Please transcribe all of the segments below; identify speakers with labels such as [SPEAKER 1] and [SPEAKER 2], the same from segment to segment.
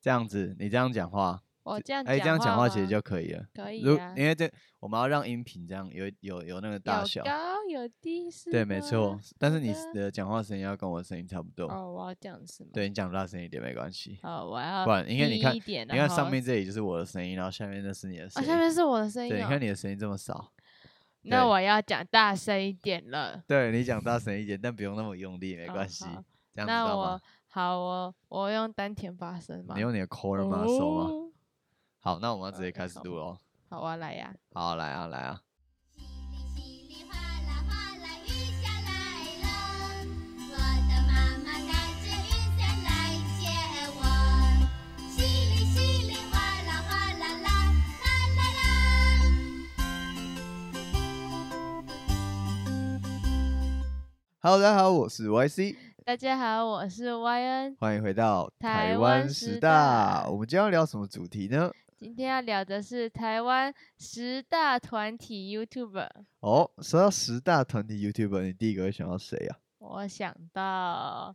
[SPEAKER 1] 这样子，你这样讲话，
[SPEAKER 2] 我这样
[SPEAKER 1] 哎，这样讲
[SPEAKER 2] 话
[SPEAKER 1] 话其实
[SPEAKER 2] 吗
[SPEAKER 1] 就可以了。
[SPEAKER 2] 可以
[SPEAKER 1] 如
[SPEAKER 2] 啊，
[SPEAKER 1] 因为这我们要让音频这样有有有那个大
[SPEAKER 2] 有
[SPEAKER 1] 小，
[SPEAKER 2] 高有低是
[SPEAKER 1] 对，没
[SPEAKER 2] 吗
[SPEAKER 1] 错。但
[SPEAKER 2] 好
[SPEAKER 1] 是你
[SPEAKER 2] 的
[SPEAKER 1] 的讲话声音要跟我声音差不多，
[SPEAKER 2] 哦，我要这样是吗？，
[SPEAKER 1] 对你讲大声一点没关系。
[SPEAKER 2] 哦，我要
[SPEAKER 1] 不然因为你
[SPEAKER 2] 低
[SPEAKER 1] 看
[SPEAKER 2] 一点，
[SPEAKER 1] 你
[SPEAKER 2] 然
[SPEAKER 1] 看上
[SPEAKER 2] 后
[SPEAKER 1] 面这里就是我的声音，然后下面那是你的
[SPEAKER 2] 哦，
[SPEAKER 1] 声音。
[SPEAKER 2] 下面是我的声音
[SPEAKER 1] 对，你
[SPEAKER 2] 哦
[SPEAKER 1] 看你的声音这么少，
[SPEAKER 2] 那
[SPEAKER 1] 对
[SPEAKER 2] 我要讲大声一点了，
[SPEAKER 1] 对你讲大声一点，但不用那么用力，没
[SPEAKER 2] 哦
[SPEAKER 1] 关系
[SPEAKER 2] 好。
[SPEAKER 1] 这样知
[SPEAKER 2] 那
[SPEAKER 1] 道
[SPEAKER 2] 我
[SPEAKER 1] 吗？
[SPEAKER 2] 好，我我用丹田发声嘛
[SPEAKER 1] 你，用你的 core muscle 吗？
[SPEAKER 2] 哦，
[SPEAKER 1] 好，那我们要直接
[SPEAKER 2] 呃
[SPEAKER 1] 开始
[SPEAKER 2] 好
[SPEAKER 1] 录喽。
[SPEAKER 2] 好，我要来呀，
[SPEAKER 1] 好，来啊，来啊。
[SPEAKER 3] 淅沥哗啦哗啦，雨下来了。我的妈妈带着雨伞来接我。淅沥淅沥哗啦哗啦啦啦啦啦。
[SPEAKER 1] Hello，大家好，我是 YC，
[SPEAKER 2] 大家好，我是 YN，
[SPEAKER 1] 欢迎回到
[SPEAKER 2] 台
[SPEAKER 1] 湾
[SPEAKER 2] 湾
[SPEAKER 1] 十
[SPEAKER 2] 十
[SPEAKER 1] 大。
[SPEAKER 2] 大
[SPEAKER 1] 我们今天要聊什么主题呢？
[SPEAKER 2] 今天要聊的是台湾十大团体 YouTuber，
[SPEAKER 1] 哦，说到十大团体 YouTuber，你第一个会想到谁啊？
[SPEAKER 2] 我想到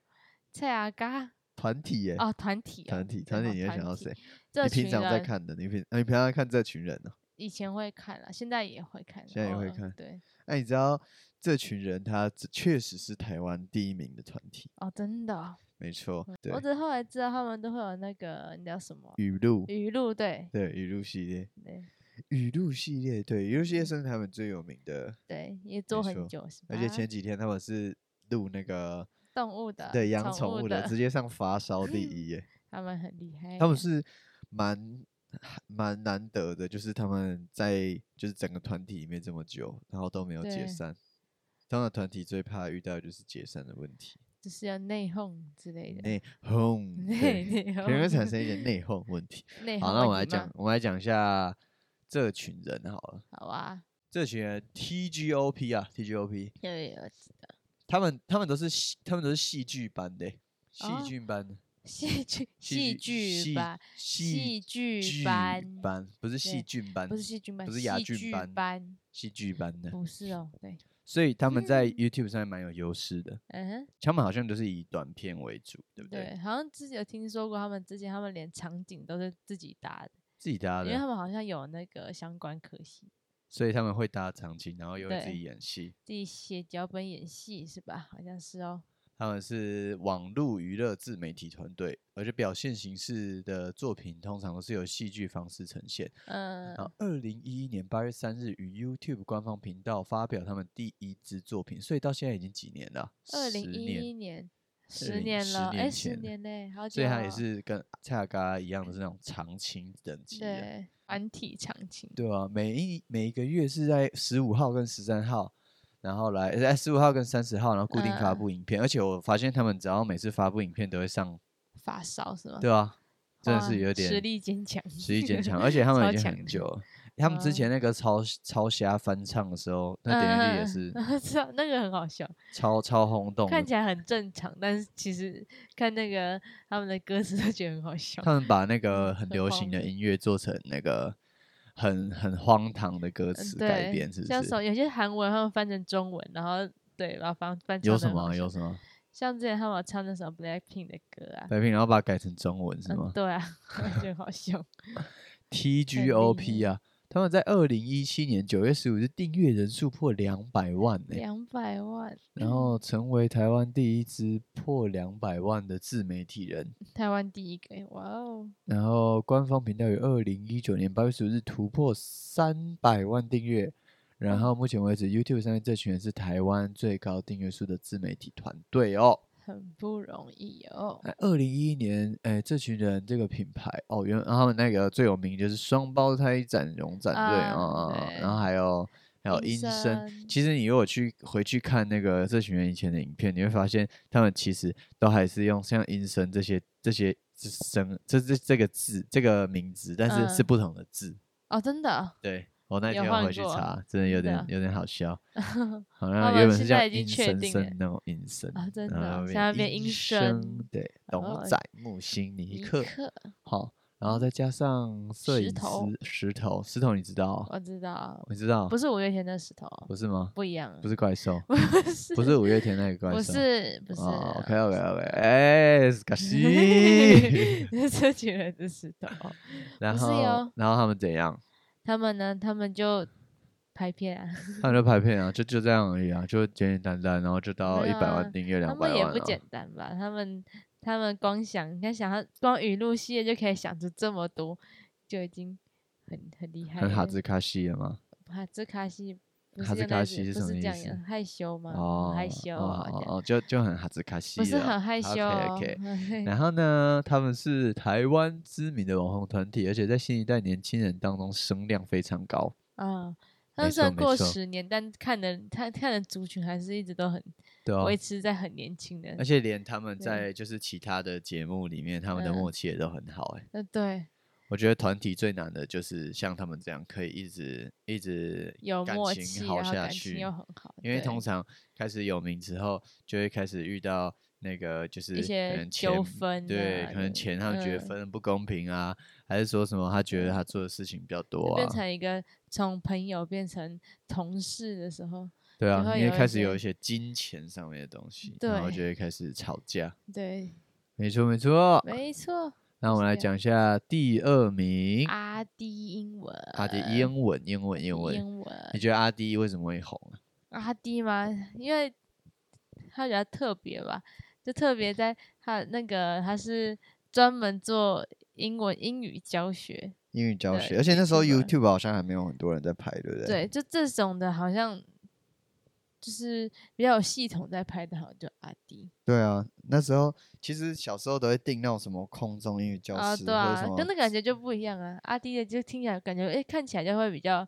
[SPEAKER 2] 蔡阿嘎
[SPEAKER 1] 团体耶、
[SPEAKER 2] 哦，团体哦
[SPEAKER 1] 团体，
[SPEAKER 2] 对
[SPEAKER 1] 团体
[SPEAKER 2] 哦
[SPEAKER 1] 你会想到谁？？
[SPEAKER 2] 这
[SPEAKER 1] 你平
[SPEAKER 2] 群
[SPEAKER 1] 常在
[SPEAKER 2] 人
[SPEAKER 1] 看的，你平你平常看这群人哦呢、
[SPEAKER 2] 以前会看了，现在也会看了，
[SPEAKER 1] 现在也
[SPEAKER 2] 偶
[SPEAKER 1] 会
[SPEAKER 2] 尔
[SPEAKER 1] 看
[SPEAKER 2] 对，
[SPEAKER 1] 哎、你知道这群人他这确实是台湾第一名的团体，
[SPEAKER 2] 哦，真的哦、
[SPEAKER 1] 没错，对
[SPEAKER 2] 我，只是后来知道他们都会有那个那叫什么
[SPEAKER 1] 语录，
[SPEAKER 2] 语录，对
[SPEAKER 1] 对，语录系列，
[SPEAKER 2] 对
[SPEAKER 1] 语录系列，对，语录
[SPEAKER 2] 嗯
[SPEAKER 1] 系列算是他们最有名的，
[SPEAKER 2] 对，也做
[SPEAKER 1] 错
[SPEAKER 2] 很久，是
[SPEAKER 1] 而且
[SPEAKER 2] 吧
[SPEAKER 1] 前几天他们是录那个
[SPEAKER 2] 啊动物的
[SPEAKER 1] 对养
[SPEAKER 2] 宠
[SPEAKER 1] 宠物
[SPEAKER 2] 的
[SPEAKER 1] 的，直接上发烧 第一耶，
[SPEAKER 2] 他们很厉害呀，
[SPEAKER 1] 他们是蛮蛮难得的，就是他们在就是整个团体里面这么久，然后都没有解
[SPEAKER 2] 对
[SPEAKER 1] 散。当然，团体最怕遇到的就是解散的问题，
[SPEAKER 2] 就是要内讧之类的，
[SPEAKER 1] 内讧，
[SPEAKER 2] 内
[SPEAKER 1] 对
[SPEAKER 2] 内
[SPEAKER 1] 可能会产
[SPEAKER 2] 讧
[SPEAKER 1] 生一点内讧问题。
[SPEAKER 2] 内
[SPEAKER 1] 好，
[SPEAKER 2] 讧
[SPEAKER 1] 那
[SPEAKER 2] 问
[SPEAKER 1] 我们来
[SPEAKER 2] 题吗
[SPEAKER 1] 讲，，我们来讲一下这群人好了。
[SPEAKER 2] 好啊，
[SPEAKER 1] 这群人 TGOP 啊，TGOP，
[SPEAKER 2] 有有知道
[SPEAKER 1] 他们他们都是戏他们都是戏剧班的欸，戏
[SPEAKER 2] 哦
[SPEAKER 1] 剧班的，
[SPEAKER 2] 戏剧戏剧
[SPEAKER 1] 戏
[SPEAKER 2] 吧，
[SPEAKER 1] 戏
[SPEAKER 2] 戏剧
[SPEAKER 1] 剧
[SPEAKER 2] 班
[SPEAKER 1] 班不是
[SPEAKER 2] 对
[SPEAKER 1] 细菌班，
[SPEAKER 2] 不是戏剧班，
[SPEAKER 1] 不是亚
[SPEAKER 2] 戏
[SPEAKER 1] 俊
[SPEAKER 2] 剧
[SPEAKER 1] 班
[SPEAKER 2] 班，
[SPEAKER 1] 戏剧班的，
[SPEAKER 2] 不是哦， 对，
[SPEAKER 1] 所以他们在
[SPEAKER 2] 嗯
[SPEAKER 1] YouTube 上面蛮有优势的。
[SPEAKER 2] 嗯哼。
[SPEAKER 1] 他们好像都是以短片为主，对不对？
[SPEAKER 2] 对，好像之前有听说过，他们之前他们连场景都是自己搭的，
[SPEAKER 1] 自己搭
[SPEAKER 2] 因为他
[SPEAKER 1] 的，
[SPEAKER 2] 们好像有那个相关科系，
[SPEAKER 1] 所以他们会搭场景，然后又会自
[SPEAKER 2] 对
[SPEAKER 1] 己演戏。
[SPEAKER 2] 自己写脚本演戏是吧？好像是哦。
[SPEAKER 1] 他们是网络娱乐自媒体团队，而且表现形式的作品通常都是由戏剧方式呈现。
[SPEAKER 2] 嗯
[SPEAKER 1] 然，后，二零一一年八月三日于 YouTube 官方频道发表他们第一支作品，所以到现在已经几年了啊，
[SPEAKER 2] 二零
[SPEAKER 1] 10
[SPEAKER 2] 一
[SPEAKER 1] 年
[SPEAKER 2] 一年，十
[SPEAKER 1] 20
[SPEAKER 2] 年
[SPEAKER 1] 10
[SPEAKER 2] 了，
[SPEAKER 1] 年
[SPEAKER 2] 哎，十
[SPEAKER 1] 前
[SPEAKER 2] 年嘞，好久。哦
[SPEAKER 1] 所以他也，是跟蔡阿嘎一样的是那种长青等级的。
[SPEAKER 2] 对，团体场景，
[SPEAKER 1] 对啊，每一每一个月是在十五号跟十三号，然后来在十五号跟三十号，然后固定发
[SPEAKER 2] 嗯
[SPEAKER 1] 布影片。而且我发现他们只要每次发布影片都会上，
[SPEAKER 2] 发烧是吗？
[SPEAKER 1] 对啊，真的
[SPEAKER 2] 嗯哇
[SPEAKER 1] 是有点
[SPEAKER 2] 实力坚强，
[SPEAKER 1] 实力坚强， 而且他们
[SPEAKER 2] 超
[SPEAKER 1] 已经
[SPEAKER 2] 强
[SPEAKER 1] 很
[SPEAKER 2] 的嗯
[SPEAKER 1] 久了。他们之前那个超超瞎翻唱的时候，那点阅率也是
[SPEAKER 2] 嗯， 知道那个很好笑，
[SPEAKER 1] 超超轰动
[SPEAKER 2] 看
[SPEAKER 1] 的。
[SPEAKER 2] 起来很正常，但是其实看那个他们的歌词都觉得很好笑。
[SPEAKER 1] 他们把那个很
[SPEAKER 2] 嗯很
[SPEAKER 1] 流
[SPEAKER 2] 荒
[SPEAKER 1] 行的
[SPEAKER 2] 谬
[SPEAKER 1] 音乐做成那个很很荒唐的歌
[SPEAKER 2] 嗯
[SPEAKER 1] 词改
[SPEAKER 2] 对，
[SPEAKER 1] 编，是不
[SPEAKER 2] 像什
[SPEAKER 1] 是？
[SPEAKER 2] 么有些韩文他们翻成中文，然后对，把它翻翻
[SPEAKER 1] 有
[SPEAKER 2] 唱
[SPEAKER 1] 什
[SPEAKER 2] 得很
[SPEAKER 1] 么
[SPEAKER 2] 好
[SPEAKER 1] 啊有
[SPEAKER 2] 笑
[SPEAKER 1] 什么
[SPEAKER 2] 像之前他们有唱那首 Blackpink 的歌啊，
[SPEAKER 1] 白冰，然后把它改成中文是吗
[SPEAKER 2] 嗯，？对啊，我觉 得好笑。害
[SPEAKER 1] TGOP 啊，他们在二零一七年九月十五日订阅人数破两百万呢、
[SPEAKER 2] 两嗯百万，
[SPEAKER 1] 然后成为台湾第一支破两百万的自媒体人。
[SPEAKER 2] 台湾第一个耶，哇哦，
[SPEAKER 1] 然后官方频道于二零一九年八月十五日突破三百万订阅。
[SPEAKER 2] 嗯
[SPEAKER 1] 然后目前为止，YouTube 上面这群人是台湾最高订阅数的自媒体团队哦。
[SPEAKER 2] 很不容易哦。
[SPEAKER 1] 那哎二零一一年，哎，这群人这个品牌哦，原然后他们那个最有名就是双胞胎展荣展队啊、
[SPEAKER 2] 啊
[SPEAKER 1] 哦哦
[SPEAKER 2] 对
[SPEAKER 1] 然后还有还有
[SPEAKER 2] 音
[SPEAKER 1] 音声。
[SPEAKER 2] 声
[SPEAKER 1] 其实你如果去回去看那个这群人以前的影片，你会发现他们其实都还是用像音声这些这些这声这这这个字这个名字，但是是
[SPEAKER 2] 嗯
[SPEAKER 1] 不同的字。
[SPEAKER 2] 哦，真的，
[SPEAKER 1] 对我那
[SPEAKER 2] 有
[SPEAKER 1] 天
[SPEAKER 2] 换
[SPEAKER 1] 回去
[SPEAKER 2] 过
[SPEAKER 1] 查，真的有
[SPEAKER 2] 真的
[SPEAKER 1] 点有点好笑， 好
[SPEAKER 2] 他
[SPEAKER 1] 像
[SPEAKER 2] 们
[SPEAKER 1] 原本是
[SPEAKER 2] 现
[SPEAKER 1] 叫
[SPEAKER 2] 在已经
[SPEAKER 1] 音
[SPEAKER 2] 确
[SPEAKER 1] 声
[SPEAKER 2] 定
[SPEAKER 1] 声
[SPEAKER 2] 了
[SPEAKER 1] 那种音声
[SPEAKER 2] 啊真的
[SPEAKER 1] 然后
[SPEAKER 2] 现在变
[SPEAKER 1] 音
[SPEAKER 2] 音
[SPEAKER 1] 声
[SPEAKER 2] 声
[SPEAKER 1] 对，董
[SPEAKER 2] 哦
[SPEAKER 1] 仔、木星、尼
[SPEAKER 2] 尼
[SPEAKER 1] 克，
[SPEAKER 2] 克
[SPEAKER 1] 好，然后再加上摄
[SPEAKER 2] 石
[SPEAKER 1] 影师
[SPEAKER 2] 头
[SPEAKER 1] 石头，石头你知道哦？
[SPEAKER 2] 我知道，
[SPEAKER 1] 你知道
[SPEAKER 2] 不是五月天的石头，
[SPEAKER 1] 不是吗？
[SPEAKER 2] 不一样，
[SPEAKER 1] 不是怪兽，
[SPEAKER 2] 是
[SPEAKER 1] 不是五月天那个怪兽，
[SPEAKER 2] 不是不是
[SPEAKER 1] 哦
[SPEAKER 2] 啊
[SPEAKER 1] OK OK OK，哎，可 惜。
[SPEAKER 2] 这群人的石头，
[SPEAKER 1] 然
[SPEAKER 2] 不是
[SPEAKER 1] 后
[SPEAKER 2] 哟
[SPEAKER 1] 然后他们怎样？
[SPEAKER 2] 他们呢，他们就拍片啊，
[SPEAKER 1] 他们就拍片啊，就就这样而已啊，就简简单单，然后就到
[SPEAKER 2] 没
[SPEAKER 1] 一
[SPEAKER 2] 有
[SPEAKER 1] 百万
[SPEAKER 2] 啊
[SPEAKER 1] 订阅，
[SPEAKER 2] 他
[SPEAKER 1] 两百
[SPEAKER 2] 们也
[SPEAKER 1] 万
[SPEAKER 2] 不
[SPEAKER 1] 啊。
[SPEAKER 2] 简单吧？他们他们光想，你看想他光语录系列就可以想出这么多，就已经很很厉害了。
[SPEAKER 1] 很哈兹卡西了吗？
[SPEAKER 2] 哈兹卡西不
[SPEAKER 1] 哈
[SPEAKER 2] 是
[SPEAKER 1] 兹
[SPEAKER 2] 用
[SPEAKER 1] 卡
[SPEAKER 2] 那
[SPEAKER 1] 西是
[SPEAKER 2] 字不
[SPEAKER 1] 什么
[SPEAKER 2] 是
[SPEAKER 1] 意
[SPEAKER 2] 这样
[SPEAKER 1] 思
[SPEAKER 2] 用害羞吗？
[SPEAKER 1] 哦，
[SPEAKER 2] 很害羞
[SPEAKER 1] 哦
[SPEAKER 2] 啊，这
[SPEAKER 1] 哦啊
[SPEAKER 2] 样
[SPEAKER 1] 哦，就就很哈兹卡西
[SPEAKER 2] 不
[SPEAKER 1] 了，
[SPEAKER 2] 是很害哦羞
[SPEAKER 1] OK
[SPEAKER 2] 哎
[SPEAKER 1] OK。然后呢，他们是台湾知名的网红团体，而且在新一代年轻人当中声量非常高。
[SPEAKER 2] 啊。
[SPEAKER 1] 没
[SPEAKER 2] 他
[SPEAKER 1] 错
[SPEAKER 2] 虽然
[SPEAKER 1] 没
[SPEAKER 2] 过
[SPEAKER 1] 错
[SPEAKER 2] 十年，但看的他看的族群还是一直都很
[SPEAKER 1] 对啊，
[SPEAKER 2] 维持在很年轻的
[SPEAKER 1] 而。且连他们
[SPEAKER 2] 对
[SPEAKER 1] 在就是其他的节目里面，他们的
[SPEAKER 2] 嗯
[SPEAKER 1] 默契也都很好、欸。哎，
[SPEAKER 2] 呃，对，
[SPEAKER 1] 我觉得团体最难的就是像他们这样，可以一直一直
[SPEAKER 2] 有
[SPEAKER 1] 感
[SPEAKER 2] 默
[SPEAKER 1] 情
[SPEAKER 2] 契，
[SPEAKER 1] 好
[SPEAKER 2] 然后
[SPEAKER 1] 下
[SPEAKER 2] 感
[SPEAKER 1] 去
[SPEAKER 2] 情。又很好。
[SPEAKER 1] 因为
[SPEAKER 2] 对
[SPEAKER 1] 通常开始有名之后，就会开始遇到那个就是可
[SPEAKER 2] 些
[SPEAKER 1] 能
[SPEAKER 2] 纠
[SPEAKER 1] 钱
[SPEAKER 2] 纷
[SPEAKER 1] 对，
[SPEAKER 2] 啊
[SPEAKER 1] 可能
[SPEAKER 2] 对
[SPEAKER 1] 钱他们觉得
[SPEAKER 2] 嗯
[SPEAKER 1] 分的不公平啊，还是说什么他觉得他做的事情比较多
[SPEAKER 2] 就变
[SPEAKER 1] 啊？
[SPEAKER 2] 成一个从朋友变成同事的时候，
[SPEAKER 1] 对啊
[SPEAKER 2] 就，会
[SPEAKER 1] 因为
[SPEAKER 2] 有一
[SPEAKER 1] 开始有一
[SPEAKER 2] 些
[SPEAKER 1] 些金钱上面的东西，然后
[SPEAKER 2] 对
[SPEAKER 1] 就会开始吵架。
[SPEAKER 2] 对，
[SPEAKER 1] 没错，没错。
[SPEAKER 2] 没错，
[SPEAKER 1] 那我们
[SPEAKER 2] 是
[SPEAKER 1] 来
[SPEAKER 2] 这
[SPEAKER 1] 讲一下第二名，
[SPEAKER 2] 阿呃迪英文，
[SPEAKER 1] 阿迪英文，英文，英文。
[SPEAKER 2] 英文
[SPEAKER 1] 你觉得阿迪为什么会红啊？
[SPEAKER 2] 阿迪吗？因为他比较特别吧，就特别在他那个他是专门做英文英语教学，
[SPEAKER 1] 英语教
[SPEAKER 2] 对
[SPEAKER 1] 学，而且那时候
[SPEAKER 2] YouTuber
[SPEAKER 1] YouTube 好像还没有很多人在拍，对不对？
[SPEAKER 2] 对，就这种的，好像就是比较有系统在拍的，好像就阿迪
[SPEAKER 1] 对啊，那时候其实小时候都会订那种什么空中英语教
[SPEAKER 2] 啊，
[SPEAKER 1] 室，
[SPEAKER 2] 对
[SPEAKER 1] 或者
[SPEAKER 2] 啊
[SPEAKER 1] 什，么
[SPEAKER 2] 跟那感觉就不一样啊，阿迪的就听起来感觉哎、诶看起来就会比较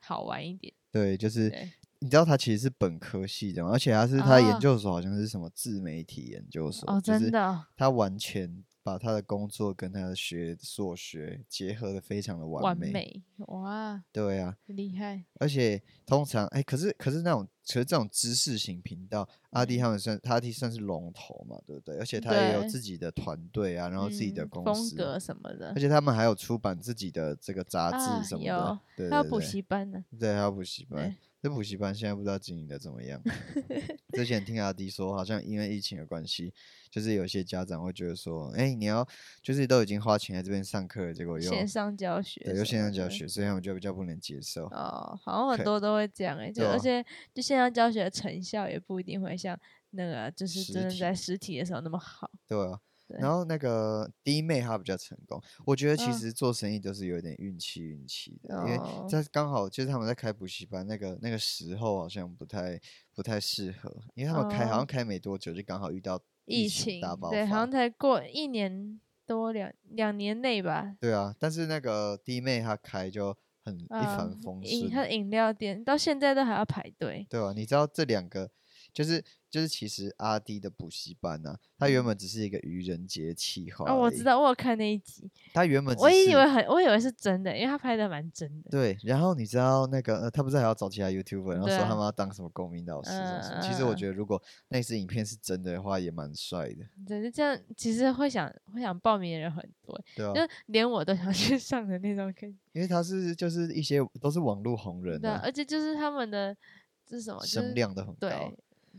[SPEAKER 2] 好玩一点，
[SPEAKER 1] 对，就是
[SPEAKER 2] 对。
[SPEAKER 1] 你知道他其实是本科系的嘛，而且他是他的研
[SPEAKER 2] 哦
[SPEAKER 1] 究所好像是什么自媒体研究所，
[SPEAKER 2] 哦，
[SPEAKER 1] 就是
[SPEAKER 2] 真的哦
[SPEAKER 1] 他完全把他的工作跟他的学所学结合的非常的完
[SPEAKER 2] 完
[SPEAKER 1] 美，
[SPEAKER 2] 美哇，
[SPEAKER 1] 对啊，
[SPEAKER 2] 厉害！
[SPEAKER 1] 而且通常，哎、可是可是那种，可是这种知识型频道，阿弟
[SPEAKER 2] 嗯
[SPEAKER 1] 他们算阿弟算是龙头嘛，对不对？而且他也有
[SPEAKER 2] 对
[SPEAKER 1] 自己的团队啊，然后自己的
[SPEAKER 2] 嗯
[SPEAKER 1] 公
[SPEAKER 2] 风
[SPEAKER 1] 司，
[SPEAKER 2] 格什么的
[SPEAKER 1] 而，且他们还有出版自己的这个杂
[SPEAKER 2] 啊
[SPEAKER 1] 志什么的，
[SPEAKER 2] 有
[SPEAKER 1] 对
[SPEAKER 2] 还有
[SPEAKER 1] 对
[SPEAKER 2] 补
[SPEAKER 1] 对，
[SPEAKER 2] 习班呢，
[SPEAKER 1] 对，还有补习班
[SPEAKER 2] 对。
[SPEAKER 1] 这补习班现在不知道经营的怎么样。 之前听阿弟说，好像因为疫情的关系，就是有些家长会觉得说，哎、你要就是都已经花钱在这边上课了，结果又
[SPEAKER 2] 线上教学，
[SPEAKER 1] 对又线上教。学，所以他们就比较不能接受。
[SPEAKER 2] 哦，好像
[SPEAKER 1] 可
[SPEAKER 2] 很多都会这样哎、就
[SPEAKER 1] 对啊
[SPEAKER 2] 而且就线上教学的成效也不一定会像那个就是
[SPEAKER 1] 实
[SPEAKER 2] 真的
[SPEAKER 1] 体
[SPEAKER 2] 在实体的时候那么好。
[SPEAKER 1] 对啊。
[SPEAKER 2] 对
[SPEAKER 1] 然后那个弟妹她比较成功，我觉得其
[SPEAKER 2] 嗯
[SPEAKER 1] 实做生意都是有点运气运气的，因
[SPEAKER 2] 哦
[SPEAKER 1] 为在刚好就是他们在开补习班那个那个时候好像不太不太适合，因为他们开、好
[SPEAKER 2] 哦
[SPEAKER 1] 像开没多久就刚好遇到
[SPEAKER 2] 疫
[SPEAKER 1] 情
[SPEAKER 2] 情
[SPEAKER 1] 大爆
[SPEAKER 2] 对，好
[SPEAKER 1] 发
[SPEAKER 2] 像，才过一年多两两年内吧。
[SPEAKER 1] 对啊，但是那个弟妹她开就很一帆
[SPEAKER 2] 嗯
[SPEAKER 1] 风顺
[SPEAKER 2] 饮，他饮料店到现在都还要排队。
[SPEAKER 1] 对啊，你知道这两个就是就是其实阿弟的补习班呢、啊，它原本只是一个愚人节企划，
[SPEAKER 2] 嗯哦，我知，道，我有看那一集，
[SPEAKER 1] 它原本只
[SPEAKER 2] 我以
[SPEAKER 1] 是
[SPEAKER 2] 为很，我以为是真的，因为他拍的蛮真的。
[SPEAKER 1] 对，然后你知道那个呃，他不是还要找其他 YouTuber，然后
[SPEAKER 2] 对
[SPEAKER 1] 说他
[SPEAKER 2] 啊
[SPEAKER 1] 们要当什么公民老师什么什么。其实我
[SPEAKER 2] 嗯嗯
[SPEAKER 1] 觉得，如果那支影片是真的的话，也蛮帅的，
[SPEAKER 2] 对，就这样，其实会想会想报名的人很多，
[SPEAKER 1] 对啊，
[SPEAKER 2] 就连我都想去 上的那种感觉。
[SPEAKER 1] 因为他是就是一些都是网络红人
[SPEAKER 2] 对啊，
[SPEAKER 1] 啊，
[SPEAKER 2] 而且就是他们的这是什么，就
[SPEAKER 1] 声
[SPEAKER 2] 是
[SPEAKER 1] 量都很
[SPEAKER 2] 对
[SPEAKER 1] 高，，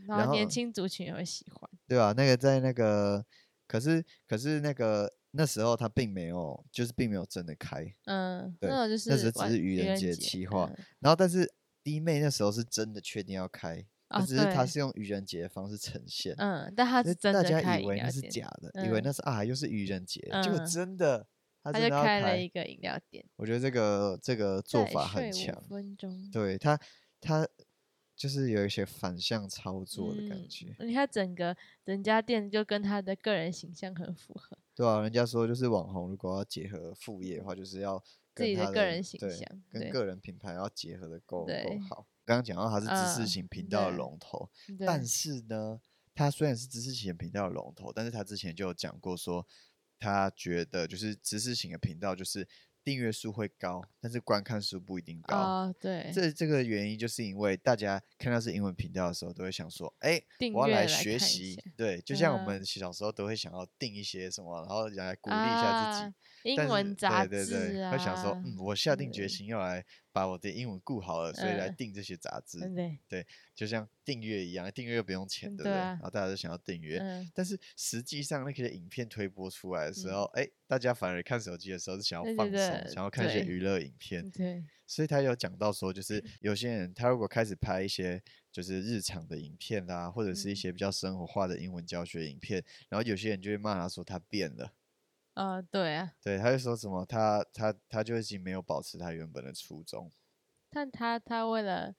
[SPEAKER 1] 然
[SPEAKER 2] 然后年
[SPEAKER 1] 后
[SPEAKER 2] 轻族群也会喜欢。
[SPEAKER 1] 对吧、那个在那个，可是可是那个那时候他并没有，就是并没有真的开，
[SPEAKER 2] 嗯，
[SPEAKER 1] 对
[SPEAKER 2] 那种就
[SPEAKER 1] 那时候
[SPEAKER 2] 是
[SPEAKER 1] 只
[SPEAKER 2] 玩
[SPEAKER 1] 是愚人节
[SPEAKER 2] 节
[SPEAKER 1] 企划
[SPEAKER 2] 嗯
[SPEAKER 1] 然后但是弟妹那时候是真的确定要开，
[SPEAKER 2] 哦
[SPEAKER 1] 但只是他
[SPEAKER 2] 对
[SPEAKER 1] 是用愚人节的方式呈现，
[SPEAKER 2] 嗯，但他
[SPEAKER 1] 就是
[SPEAKER 2] 真的
[SPEAKER 1] 大家
[SPEAKER 2] 开
[SPEAKER 1] 以
[SPEAKER 2] 饮
[SPEAKER 1] 为
[SPEAKER 2] 料
[SPEAKER 1] 那是
[SPEAKER 2] 店，
[SPEAKER 1] 假的，以为
[SPEAKER 2] 嗯
[SPEAKER 1] 那是啊又是愚人节，结果
[SPEAKER 2] 嗯
[SPEAKER 1] 真的他
[SPEAKER 2] 他
[SPEAKER 1] 真的
[SPEAKER 2] 就
[SPEAKER 1] 要
[SPEAKER 2] 开了一个饮料店，
[SPEAKER 1] 我觉得这个这个做
[SPEAKER 2] 再
[SPEAKER 1] 法很
[SPEAKER 2] 睡五
[SPEAKER 1] 强，
[SPEAKER 2] 分钟，
[SPEAKER 1] 对他他就是有一些反向操作的感
[SPEAKER 2] 嗯
[SPEAKER 1] 觉，
[SPEAKER 2] 你看整个整家店就跟他的个人形象很符合，
[SPEAKER 1] 对啊，人家说就是网红如果要结合副业的话，就是要
[SPEAKER 2] 自
[SPEAKER 1] 跟
[SPEAKER 2] 己
[SPEAKER 1] 他
[SPEAKER 2] 的个人形
[SPEAKER 1] 对
[SPEAKER 2] 象，
[SPEAKER 1] 跟
[SPEAKER 2] 对
[SPEAKER 1] 个人品牌要结合的够够
[SPEAKER 2] 对
[SPEAKER 1] 好。刚刚讲到他是知识
[SPEAKER 2] 嗯
[SPEAKER 1] 型频道的
[SPEAKER 2] 对
[SPEAKER 1] 龙头，
[SPEAKER 2] 对
[SPEAKER 1] 但是呢，他虽然是知识型频道的龙头，但是他之前就有讲过说，他觉得就是知识型的频道就是订阅数会高，但是观看数不一定高。
[SPEAKER 2] 哦，对，
[SPEAKER 1] 这这个原因就是因为大家看到是英文频道的时候，都会想说，哎，
[SPEAKER 2] 订
[SPEAKER 1] 我要
[SPEAKER 2] 阅
[SPEAKER 1] 来
[SPEAKER 2] 来
[SPEAKER 1] 学
[SPEAKER 2] 看一
[SPEAKER 1] 习
[SPEAKER 2] 下。
[SPEAKER 1] 对，就像我
[SPEAKER 2] 嗯
[SPEAKER 1] 们小时候都会想要订一些什么，然后来鼓励一下自己。
[SPEAKER 2] 啊英
[SPEAKER 1] 但
[SPEAKER 2] 文
[SPEAKER 1] 是
[SPEAKER 2] 杂
[SPEAKER 1] 对
[SPEAKER 2] 志
[SPEAKER 1] 对对，
[SPEAKER 2] 啊，
[SPEAKER 1] 会想说，嗯，我下定决
[SPEAKER 2] 对
[SPEAKER 1] 心要来把我的英文顾好了，所以来
[SPEAKER 2] 嗯
[SPEAKER 1] 订这些杂志，
[SPEAKER 2] 嗯，对，
[SPEAKER 1] 就像订阅一样，订阅又不用钱，
[SPEAKER 2] 嗯
[SPEAKER 1] 对不
[SPEAKER 2] 对
[SPEAKER 1] 对？
[SPEAKER 2] 啊
[SPEAKER 1] 然后大家都想要订阅，
[SPEAKER 2] 嗯，
[SPEAKER 1] 但是实际上那些影片推播出来的时
[SPEAKER 2] 嗯
[SPEAKER 1] 候，哎、大家反而看手机的时候是想要
[SPEAKER 2] 对对
[SPEAKER 1] 放松，
[SPEAKER 2] 对
[SPEAKER 1] 想要看一些
[SPEAKER 2] 对
[SPEAKER 1] 娱乐影片，
[SPEAKER 2] 嗯对，
[SPEAKER 1] 所以他有讲到说，就是
[SPEAKER 2] 嗯
[SPEAKER 1] 有些人他如果开始拍一些就是日常的影片啦，或者是一
[SPEAKER 2] 嗯
[SPEAKER 1] 些比较生活化的英文教学影片，然后有些人就会骂他说他变了。
[SPEAKER 2] 呃，对啊，
[SPEAKER 1] 对，他就说什么他他他就已经没有保持他原本的初衷，
[SPEAKER 2] 但他他为了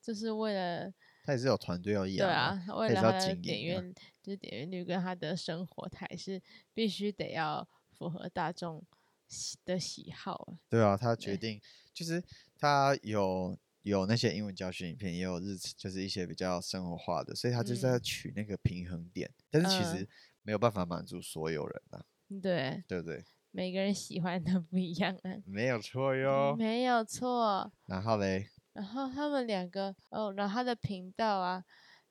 [SPEAKER 2] 就是为了
[SPEAKER 1] 他也是有团队要
[SPEAKER 2] 对
[SPEAKER 1] 养啊，
[SPEAKER 2] 啊，为
[SPEAKER 1] 也
[SPEAKER 2] 了
[SPEAKER 1] 是要
[SPEAKER 2] 他的
[SPEAKER 1] 经
[SPEAKER 2] 点
[SPEAKER 1] 营
[SPEAKER 2] 阅
[SPEAKER 1] 啊
[SPEAKER 2] 就是点阅率跟他的生活态是必须得要符合大众喜的喜好啊，
[SPEAKER 1] 对啊，他决
[SPEAKER 2] 对
[SPEAKER 1] 定就是他有有那些英文教学影片，也有日就是一些比较生活化的，所以他就是要
[SPEAKER 2] 嗯
[SPEAKER 1] 取那个平衡点，但是其
[SPEAKER 2] 嗯
[SPEAKER 1] 实没有办法满足所有人啊，
[SPEAKER 2] 对，
[SPEAKER 1] 对不对？
[SPEAKER 2] 每个人喜欢的不一样啊，
[SPEAKER 1] 没有错哟。
[SPEAKER 2] 嗯没有错。
[SPEAKER 1] 然后嘞，
[SPEAKER 2] 然后他们两个哦，然后他的频道啊，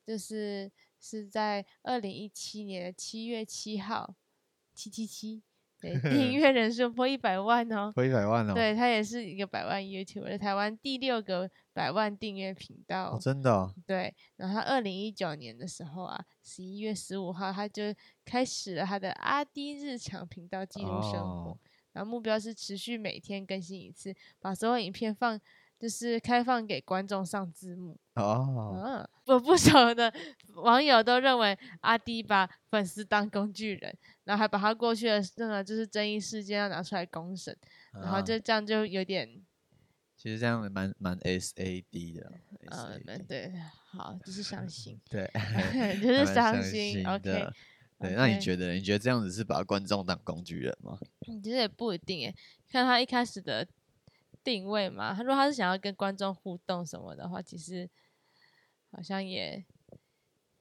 [SPEAKER 2] 就是是在二零一七年的七月七号，七七七，对，订阅人数破一百万哦。
[SPEAKER 1] 破一百万哦，
[SPEAKER 2] 对他也是一个百万 YouTube，台湾第六个百万订阅频道
[SPEAKER 1] 哦，真的哦、
[SPEAKER 2] 对，然后二零一九年的时候啊，十一月十五号，他就开始了他的阿迪日常频道记录生活，
[SPEAKER 1] 哦
[SPEAKER 2] 然后目标是持续每天更新一次，把所有影片放就是开放给观众上字幕。
[SPEAKER 1] 哦，
[SPEAKER 2] 嗯、我不少的网友都认为阿迪把粉丝当工具人，然后还把他过去的那个就是争议事件要拿出来公审，嗯然后
[SPEAKER 1] 啊
[SPEAKER 2] 就这样就有点
[SPEAKER 1] 其实这样蛮蛮 S A D 的啊
[SPEAKER 2] 嗯、呃
[SPEAKER 1] ，SAD，，
[SPEAKER 2] 对，好，就是伤心
[SPEAKER 1] 对，
[SPEAKER 2] 就
[SPEAKER 1] 还
[SPEAKER 2] 是
[SPEAKER 1] 蛮
[SPEAKER 2] 伤
[SPEAKER 1] 心
[SPEAKER 2] 心。OK
[SPEAKER 1] 的。对，那你
[SPEAKER 2] OK
[SPEAKER 1] 觉得呢？你觉得这样子是把观众当工具人吗？
[SPEAKER 2] 嗯其实也不一定诶，看他一开始的定位嘛。他如果他是想要跟观众互动什么的话，其实好像也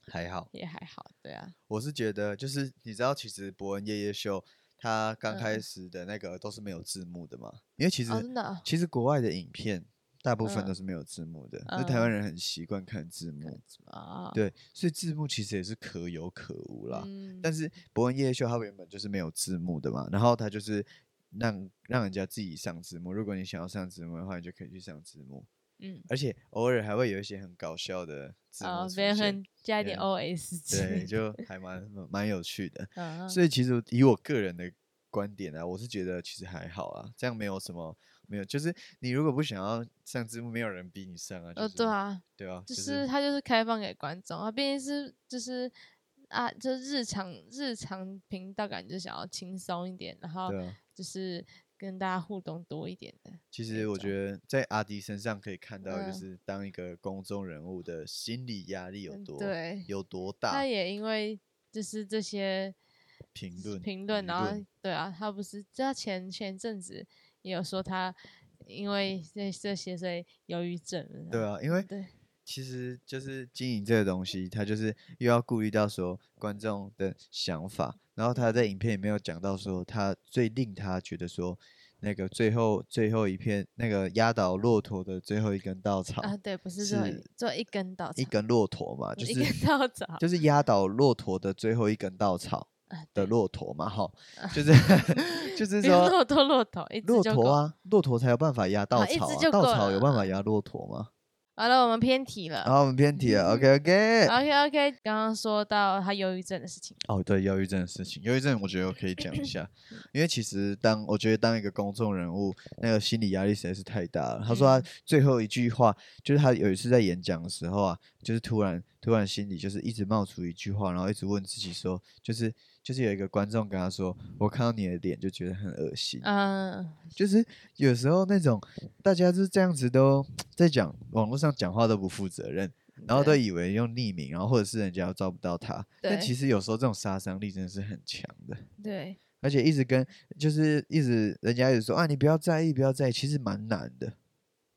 [SPEAKER 1] 还好，
[SPEAKER 2] 也还好，对啊，
[SPEAKER 1] 我是觉得就是你知道，其实伯恩夜夜秀它刚开
[SPEAKER 2] 嗯
[SPEAKER 1] 始的那个都是没有字幕的嘛，因为其实、
[SPEAKER 2] 哦，真的哦
[SPEAKER 1] 其实国外的影片大部分
[SPEAKER 2] 嗯
[SPEAKER 1] 都是没有字幕的，那、台湾人很习惯看字幕，
[SPEAKER 2] 啊，
[SPEAKER 1] 对，所以字幕其实也是可有可无啦。
[SPEAKER 2] 嗯，
[SPEAKER 1] 但是《伯恩夜夜秀》它原本就是没有字幕的嘛，然后它就是让让人家自己上字幕。如果你想要上字幕的话，你就可以去上字幕，
[SPEAKER 2] 嗯，
[SPEAKER 1] 而且偶尔还会有一些很搞笑的字幕
[SPEAKER 2] 啊，
[SPEAKER 1] 出
[SPEAKER 2] 别人
[SPEAKER 1] 现，
[SPEAKER 2] 很加一点
[SPEAKER 1] 对
[SPEAKER 2] OS 之类
[SPEAKER 1] 对，
[SPEAKER 2] 的，
[SPEAKER 1] 就还蛮蛮有趣的。
[SPEAKER 2] 嗯，
[SPEAKER 1] 所以其实以我个人的观点啊，我是觉得其实还好啊，这样没有什么没有，就是你如果不想要上字幕，没有人逼你上啊，就
[SPEAKER 2] 呃，
[SPEAKER 1] 是、
[SPEAKER 2] 对啊，
[SPEAKER 1] 对啊，
[SPEAKER 2] 就
[SPEAKER 1] 就是是
[SPEAKER 2] 他就是开放给观众，他啊毕竟是就是啊，就是日常日常频道感觉就想要轻松一点，然后
[SPEAKER 1] 对啊。
[SPEAKER 2] 就是跟大家互动多一点的。
[SPEAKER 1] 其
[SPEAKER 2] 那
[SPEAKER 1] 实我
[SPEAKER 2] 种
[SPEAKER 1] 觉得在阿迪身上可以看到，就
[SPEAKER 2] 嗯
[SPEAKER 1] 是当一个公众人物的心理压力有
[SPEAKER 2] 嗯
[SPEAKER 1] 多、
[SPEAKER 2] 对
[SPEAKER 1] 有多大
[SPEAKER 2] 他。也因为就是这些
[SPEAKER 1] 评论
[SPEAKER 2] 评论，
[SPEAKER 1] 舆
[SPEAKER 2] 然后
[SPEAKER 1] 论
[SPEAKER 2] 对啊，他不是他前前阵子也有说他因为这这些所以忧郁症了，
[SPEAKER 1] 对啊，因为
[SPEAKER 2] 对
[SPEAKER 1] 其实就是经营这个东西，它就是又要顾虑到说观众的想法，然后他在影片里面有讲到说，他最令他觉得说那个最后最后一片那个压倒骆驼的最后一根稻草，
[SPEAKER 2] 啊，对，不是做
[SPEAKER 1] 是
[SPEAKER 2] 做一根稻草，
[SPEAKER 1] 一根骆驼嘛，就
[SPEAKER 2] 一
[SPEAKER 1] 是
[SPEAKER 2] 根稻草
[SPEAKER 1] 就是压倒骆驼的最后一根稻草
[SPEAKER 2] 啊
[SPEAKER 1] 的
[SPEAKER 2] 对
[SPEAKER 1] 骆驼嘛，哈，
[SPEAKER 2] 嗯
[SPEAKER 1] 就是 就是
[SPEAKER 2] 不要
[SPEAKER 1] 说
[SPEAKER 2] 骆驼骆驼一只
[SPEAKER 1] 骆
[SPEAKER 2] 就
[SPEAKER 1] 驼
[SPEAKER 2] 够
[SPEAKER 1] 啊，骆驼才有办法压稻
[SPEAKER 2] 啊一
[SPEAKER 1] 草
[SPEAKER 2] 只
[SPEAKER 1] 啊，
[SPEAKER 2] 就
[SPEAKER 1] 稻
[SPEAKER 2] 够
[SPEAKER 1] 草有
[SPEAKER 2] 了嗯
[SPEAKER 1] 办法压骆驼吗？
[SPEAKER 2] 好了，我们偏题了。
[SPEAKER 1] 然后我们偏
[SPEAKER 2] 嗯
[SPEAKER 1] 题了，OK OK。
[SPEAKER 2] OK OK，刚刚说到他忧郁症的事情，
[SPEAKER 1] 哦，对，忧郁症的事情，忧郁症我觉得我可以讲一下，
[SPEAKER 2] 嗯
[SPEAKER 1] 因为其实当我觉得当一个公众人物，那个心理压力实在是太大了。他说他
[SPEAKER 2] 嗯
[SPEAKER 1] 最后一句话，就是他有一次在演讲的时候啊，就是突然突然心里就是一直冒出一句话，然后一直问自己说，就是就是有一个观众跟他说，我看到你的脸就觉得很恶心，
[SPEAKER 2] 嗯，
[SPEAKER 1] 就是有时候那种大家就是这样子都在讲网络上讲话都不负责任，然后都
[SPEAKER 2] 嗯对
[SPEAKER 1] 以为用匿名，然后或者是人家抓不到他，但
[SPEAKER 2] 对
[SPEAKER 1] 其实有时候这种杀伤力真的是很强的，
[SPEAKER 2] 对，
[SPEAKER 1] 而且一直跟就是一直人家一直说啊你不要在意不要在意，其实蛮难的，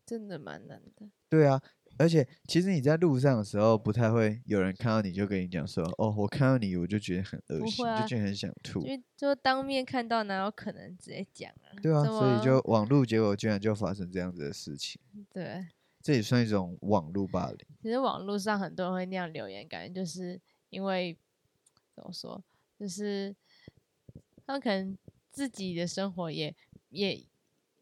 [SPEAKER 2] 真的蛮难的。
[SPEAKER 1] 对啊，而且其实你在路上的时候，不太会有人看到你就跟你讲说，哦，我看到你我就觉得很恶
[SPEAKER 2] 不
[SPEAKER 1] 心，
[SPEAKER 2] 会
[SPEAKER 1] 就
[SPEAKER 2] 啊
[SPEAKER 1] 觉得很想吐
[SPEAKER 2] 因，为就当面看到，哪有可能直接讲啊？
[SPEAKER 1] 对啊，
[SPEAKER 2] 怎
[SPEAKER 1] 所以
[SPEAKER 2] 么
[SPEAKER 1] 就网路结果居然就发生这样子的事情，
[SPEAKER 2] 对。
[SPEAKER 1] 这也算一种网路霸凌。
[SPEAKER 2] 其实网络上很多人会那样留言，感觉就是因为怎么说，就是他们可能自己的生活也也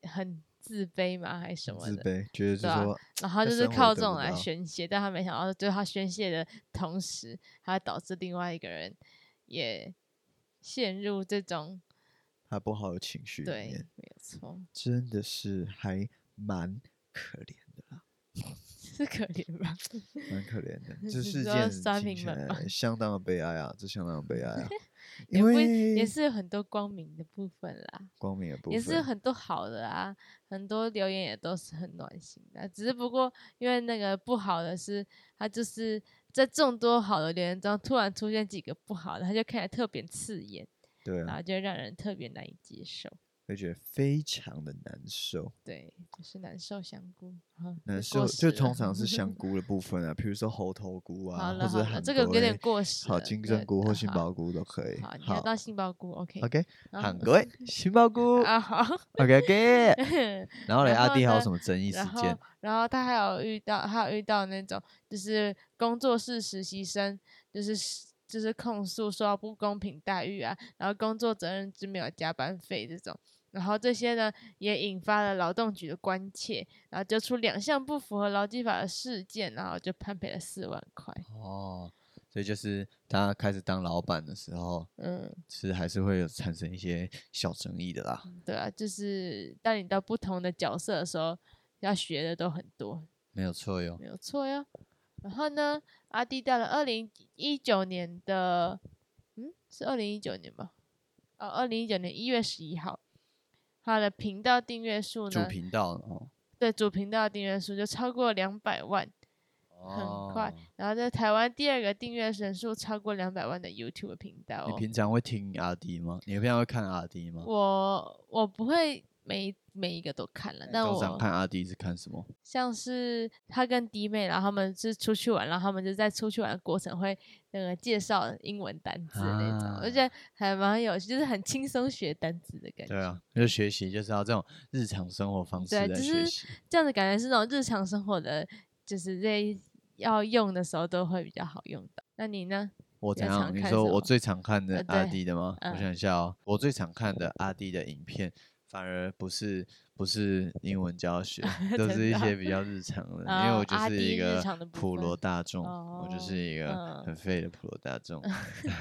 [SPEAKER 2] 很自卑嘛，还是什么
[SPEAKER 1] 自
[SPEAKER 2] 的，
[SPEAKER 1] 卑，觉得是
[SPEAKER 2] 对啊
[SPEAKER 1] 说，
[SPEAKER 2] 然后
[SPEAKER 1] 在
[SPEAKER 2] 就是
[SPEAKER 1] 生活
[SPEAKER 2] 靠
[SPEAKER 1] 得
[SPEAKER 2] 这
[SPEAKER 1] 不
[SPEAKER 2] 种来
[SPEAKER 1] 到
[SPEAKER 2] 宣泄，但他没想到，对他宣泄的同时，还会导致另外一个人也陷入这种
[SPEAKER 1] 他不好的情绪里
[SPEAKER 2] 对，
[SPEAKER 1] 面，
[SPEAKER 2] 没有错，
[SPEAKER 1] 真的是还蛮可怜的啦，
[SPEAKER 2] 是可怜吧？
[SPEAKER 1] 蛮可怜 的。这
[SPEAKER 2] 你
[SPEAKER 1] 事
[SPEAKER 2] 说
[SPEAKER 1] 件
[SPEAKER 2] 刷
[SPEAKER 1] 听
[SPEAKER 2] 屏
[SPEAKER 1] 起
[SPEAKER 2] 门吗
[SPEAKER 1] 来相当的悲哀啊，这相当的悲哀啊， 因
[SPEAKER 2] 也不会
[SPEAKER 1] 为
[SPEAKER 2] 也是有很多光明的部分啦。
[SPEAKER 1] 光明的部分
[SPEAKER 2] 也是很多好的啊，很多留言也都是很暖心的啊。只是不过因为那个不好的是，他就是在众多好的留言中突然出现几个不好的，他就看起来特别刺眼，
[SPEAKER 1] 对
[SPEAKER 2] 然
[SPEAKER 1] 啊，
[SPEAKER 2] 后就让人特别难以接受。
[SPEAKER 1] 会觉得非常的难受。
[SPEAKER 2] 对，就是难受香菇，啊
[SPEAKER 1] 难
[SPEAKER 2] 这过
[SPEAKER 1] 受就
[SPEAKER 2] 时
[SPEAKER 1] 通
[SPEAKER 2] 了
[SPEAKER 1] 常是 香菇的部分啊，比如说猴头菇
[SPEAKER 2] 好
[SPEAKER 1] 啊，
[SPEAKER 2] 了
[SPEAKER 1] 或者
[SPEAKER 2] 好了，
[SPEAKER 1] 韩
[SPEAKER 2] 这个
[SPEAKER 1] 国
[SPEAKER 2] 有点
[SPEAKER 1] 的
[SPEAKER 2] 过时
[SPEAKER 1] 好
[SPEAKER 2] 了。
[SPEAKER 1] 金
[SPEAKER 2] 对
[SPEAKER 1] 针菇或
[SPEAKER 2] 啊
[SPEAKER 1] 杏
[SPEAKER 2] 好
[SPEAKER 1] 鲍菇都可以。
[SPEAKER 2] 好，你要到杏鲍菇，OK。
[SPEAKER 1] OK，
[SPEAKER 2] 啊
[SPEAKER 1] 韩国的杏鲍菇
[SPEAKER 2] 啊好。
[SPEAKER 1] OK OK。然后嘞，
[SPEAKER 2] 然
[SPEAKER 1] 阿
[SPEAKER 2] 后
[SPEAKER 1] 弟还有
[SPEAKER 2] 呢
[SPEAKER 1] 什么争议事
[SPEAKER 2] 然后
[SPEAKER 1] 件？，
[SPEAKER 2] 然后他还有遇到，还有遇到那种就是工作室实习生，就是是就是控诉受到不公平待遇啊，然后工作责任制没有加班费这种。然后这些呢，也引发了劳动局的关切，然后就出两项不符合劳基法的事件，然后就判赔了四万块。
[SPEAKER 1] 哦，所以就是他开始当老板的时候，
[SPEAKER 2] 嗯，
[SPEAKER 1] 是还是会有产生一些小争议的啦。
[SPEAKER 2] 对啊，就是当你到不同的角色的时候，要学的都很多，
[SPEAKER 1] 没有错哟。
[SPEAKER 2] 没有错呀。然后呢，阿弟到了二零一九年的，嗯，是二零一九年吧？哦，二零一九年一月十一号，他的频道订阅数
[SPEAKER 1] 主
[SPEAKER 2] 呢，
[SPEAKER 1] 频道哦，
[SPEAKER 2] 对主频道的订阅数就超过两百万，很快
[SPEAKER 1] 哦。
[SPEAKER 2] 然后在台湾第二个订阅人数超过两百万的 YouTube 频道
[SPEAKER 1] 你
[SPEAKER 2] 哦。
[SPEAKER 1] 平常会听阿弟吗？你平常会看阿弟吗？
[SPEAKER 2] 我我不会每一每一个都看了，但
[SPEAKER 1] 通常
[SPEAKER 2] 我
[SPEAKER 1] 看阿弟是看什么？
[SPEAKER 2] 像是他跟弟妹，然后他们是出去玩，然后他们就在出去玩的过程会那个介绍英文单词那种，我
[SPEAKER 1] 啊
[SPEAKER 2] 觉得还蛮有趣，就是很轻松学单词的感觉。
[SPEAKER 1] 对啊，就学习就是要这种日常生活方式
[SPEAKER 2] 对
[SPEAKER 1] 来
[SPEAKER 2] 就
[SPEAKER 1] 学
[SPEAKER 2] 是
[SPEAKER 1] 习。
[SPEAKER 2] 这样子感觉是那种日常生活的，就是在要用的时候都会比较好用到。那你呢？
[SPEAKER 1] 我怎
[SPEAKER 2] 要常
[SPEAKER 1] 样？你
[SPEAKER 2] 看
[SPEAKER 1] 说
[SPEAKER 2] 什
[SPEAKER 1] 我
[SPEAKER 2] 么
[SPEAKER 1] 最常看的
[SPEAKER 2] 呃
[SPEAKER 1] 阿
[SPEAKER 2] 对
[SPEAKER 1] 弟的吗？我
[SPEAKER 2] 嗯
[SPEAKER 1] 想一下哦，我最常看的阿弟的影片，反而不是不是英文教 学，都
[SPEAKER 2] 真
[SPEAKER 1] 是一
[SPEAKER 2] 的啊
[SPEAKER 1] 些比较日常的，因为
[SPEAKER 2] 哦
[SPEAKER 1] 我就
[SPEAKER 2] 阿
[SPEAKER 1] 是一
[SPEAKER 2] 弟日
[SPEAKER 1] 个
[SPEAKER 2] 常的部
[SPEAKER 1] 普罗
[SPEAKER 2] 分
[SPEAKER 1] 大众，我就是
[SPEAKER 2] 哦
[SPEAKER 1] 一个
[SPEAKER 2] 嗯
[SPEAKER 1] 很废的普罗大众。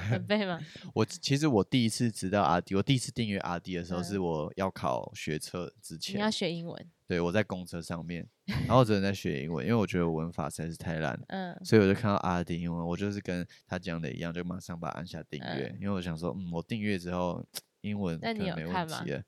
[SPEAKER 2] 很背吗？
[SPEAKER 1] 我其实我第一次知道阿弟，我第一次订阅阿弟的时候
[SPEAKER 2] 嗯
[SPEAKER 1] 是我要考学车之
[SPEAKER 2] 你要
[SPEAKER 1] 前，
[SPEAKER 2] 学英文，
[SPEAKER 1] 对我在公车上 面，然后我只能在学英文，因为我觉得我文法实在是太烂了。
[SPEAKER 2] 嗯，
[SPEAKER 1] 所以我就看到阿丁英文，我就是跟他讲的一样，就马上把它按下订阅，因为我想说，嗯，我订阅之后英文可
[SPEAKER 2] 那你
[SPEAKER 1] 能
[SPEAKER 2] 有
[SPEAKER 1] 没问
[SPEAKER 2] 看
[SPEAKER 1] 题
[SPEAKER 2] 吗
[SPEAKER 1] 了。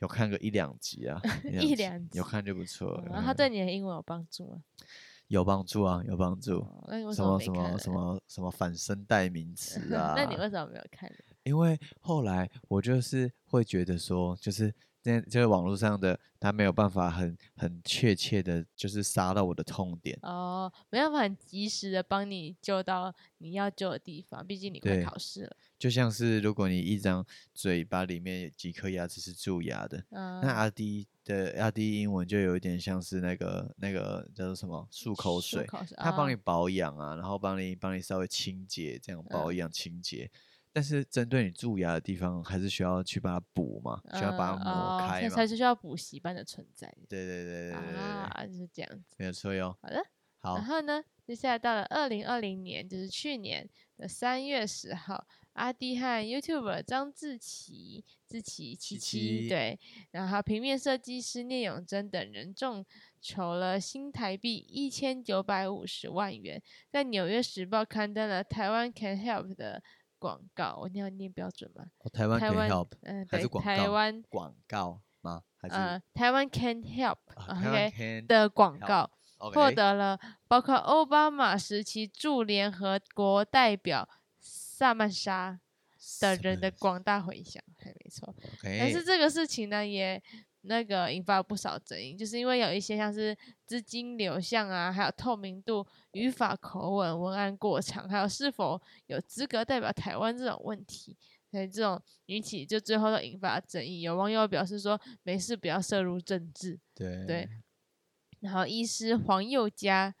[SPEAKER 1] 有看个一两集 啊，
[SPEAKER 2] 一
[SPEAKER 1] 集
[SPEAKER 2] 两
[SPEAKER 1] 有
[SPEAKER 2] 集
[SPEAKER 1] 看就不错了。
[SPEAKER 2] 然哦后他
[SPEAKER 1] 嗯
[SPEAKER 2] 对你的英文有帮助吗？
[SPEAKER 1] 有帮助啊，有帮助。
[SPEAKER 2] 哦那你为
[SPEAKER 1] 什
[SPEAKER 2] 么
[SPEAKER 1] 么
[SPEAKER 2] 没
[SPEAKER 1] 什
[SPEAKER 2] 看
[SPEAKER 1] 么
[SPEAKER 2] 呢？
[SPEAKER 1] 什么什么反身代名词啊？
[SPEAKER 2] 那你为什么没有看呢？
[SPEAKER 1] 因为后来我就是会觉得说，就是那就是网络上的他没有办法很很确切的，就是杀到我的痛点。
[SPEAKER 2] 哦，没办法很及时的帮你救到你要救的地方，毕竟你快
[SPEAKER 1] 对
[SPEAKER 2] 考试了。
[SPEAKER 1] 就像是如果你一张嘴巴里面有几颗牙齿是蛀牙的，
[SPEAKER 2] 嗯，
[SPEAKER 1] 那阿迪的阿迪英文就有一点像是那个那个叫做什么漱口
[SPEAKER 2] 漱
[SPEAKER 1] 水，
[SPEAKER 2] 口水
[SPEAKER 1] 它帮
[SPEAKER 2] 啊
[SPEAKER 1] 你保养啊，然后帮你帮你稍微清洁，这样
[SPEAKER 2] 嗯
[SPEAKER 1] 保养清洁。但是针对你蛀牙的地方，还是需要去把它补嘛，需要把它
[SPEAKER 2] 嗯
[SPEAKER 1] 磨
[SPEAKER 2] 哦
[SPEAKER 1] 开
[SPEAKER 2] 才
[SPEAKER 1] 嘛
[SPEAKER 2] 才。是需要补习班的存在
[SPEAKER 1] 对对对对对对，对
[SPEAKER 2] 啊，就是这样子。
[SPEAKER 1] 没有错哟。
[SPEAKER 2] 好的，
[SPEAKER 1] 好
[SPEAKER 2] 然，后呢，接下来到了二零二零年，就是去年的三月十号，阿弟和 YouTuber 张志奇、志奇七
[SPEAKER 1] 七
[SPEAKER 2] 七对，然后平面设计师聂永贞等人众筹了新台币一千九百五十万元，在《纽约时报》刊登了台湾 Can Help 的广告。我念要念标准吗？
[SPEAKER 1] 哦台湾
[SPEAKER 2] 台
[SPEAKER 1] can
[SPEAKER 2] 湾
[SPEAKER 1] help
[SPEAKER 2] 嗯、
[SPEAKER 1] 还
[SPEAKER 2] 对
[SPEAKER 1] 是，广
[SPEAKER 2] 台
[SPEAKER 1] 告
[SPEAKER 2] 湾
[SPEAKER 1] 广告吗？还是
[SPEAKER 2] 呃，台湾 Can Help
[SPEAKER 1] 啊台湾
[SPEAKER 2] OK
[SPEAKER 1] can
[SPEAKER 2] 的广
[SPEAKER 1] help
[SPEAKER 2] 告。获
[SPEAKER 1] OK
[SPEAKER 2] 得了包括奥巴马时期驻联合国代表萨曼莎的人的广大回响，还没错。
[SPEAKER 1] OK，
[SPEAKER 2] 但是这个事情呢，也那个引发了不少争议，就是因为有一些像是资金流向啊，还有透明度、语法、口吻、文案过长，还有是否有资格代表台湾这种问题，所以这种引起就最后都引发了争议。有网友表示说，没事，不要涉入政治。
[SPEAKER 1] 对
[SPEAKER 2] 对，然后医师黄宥嘉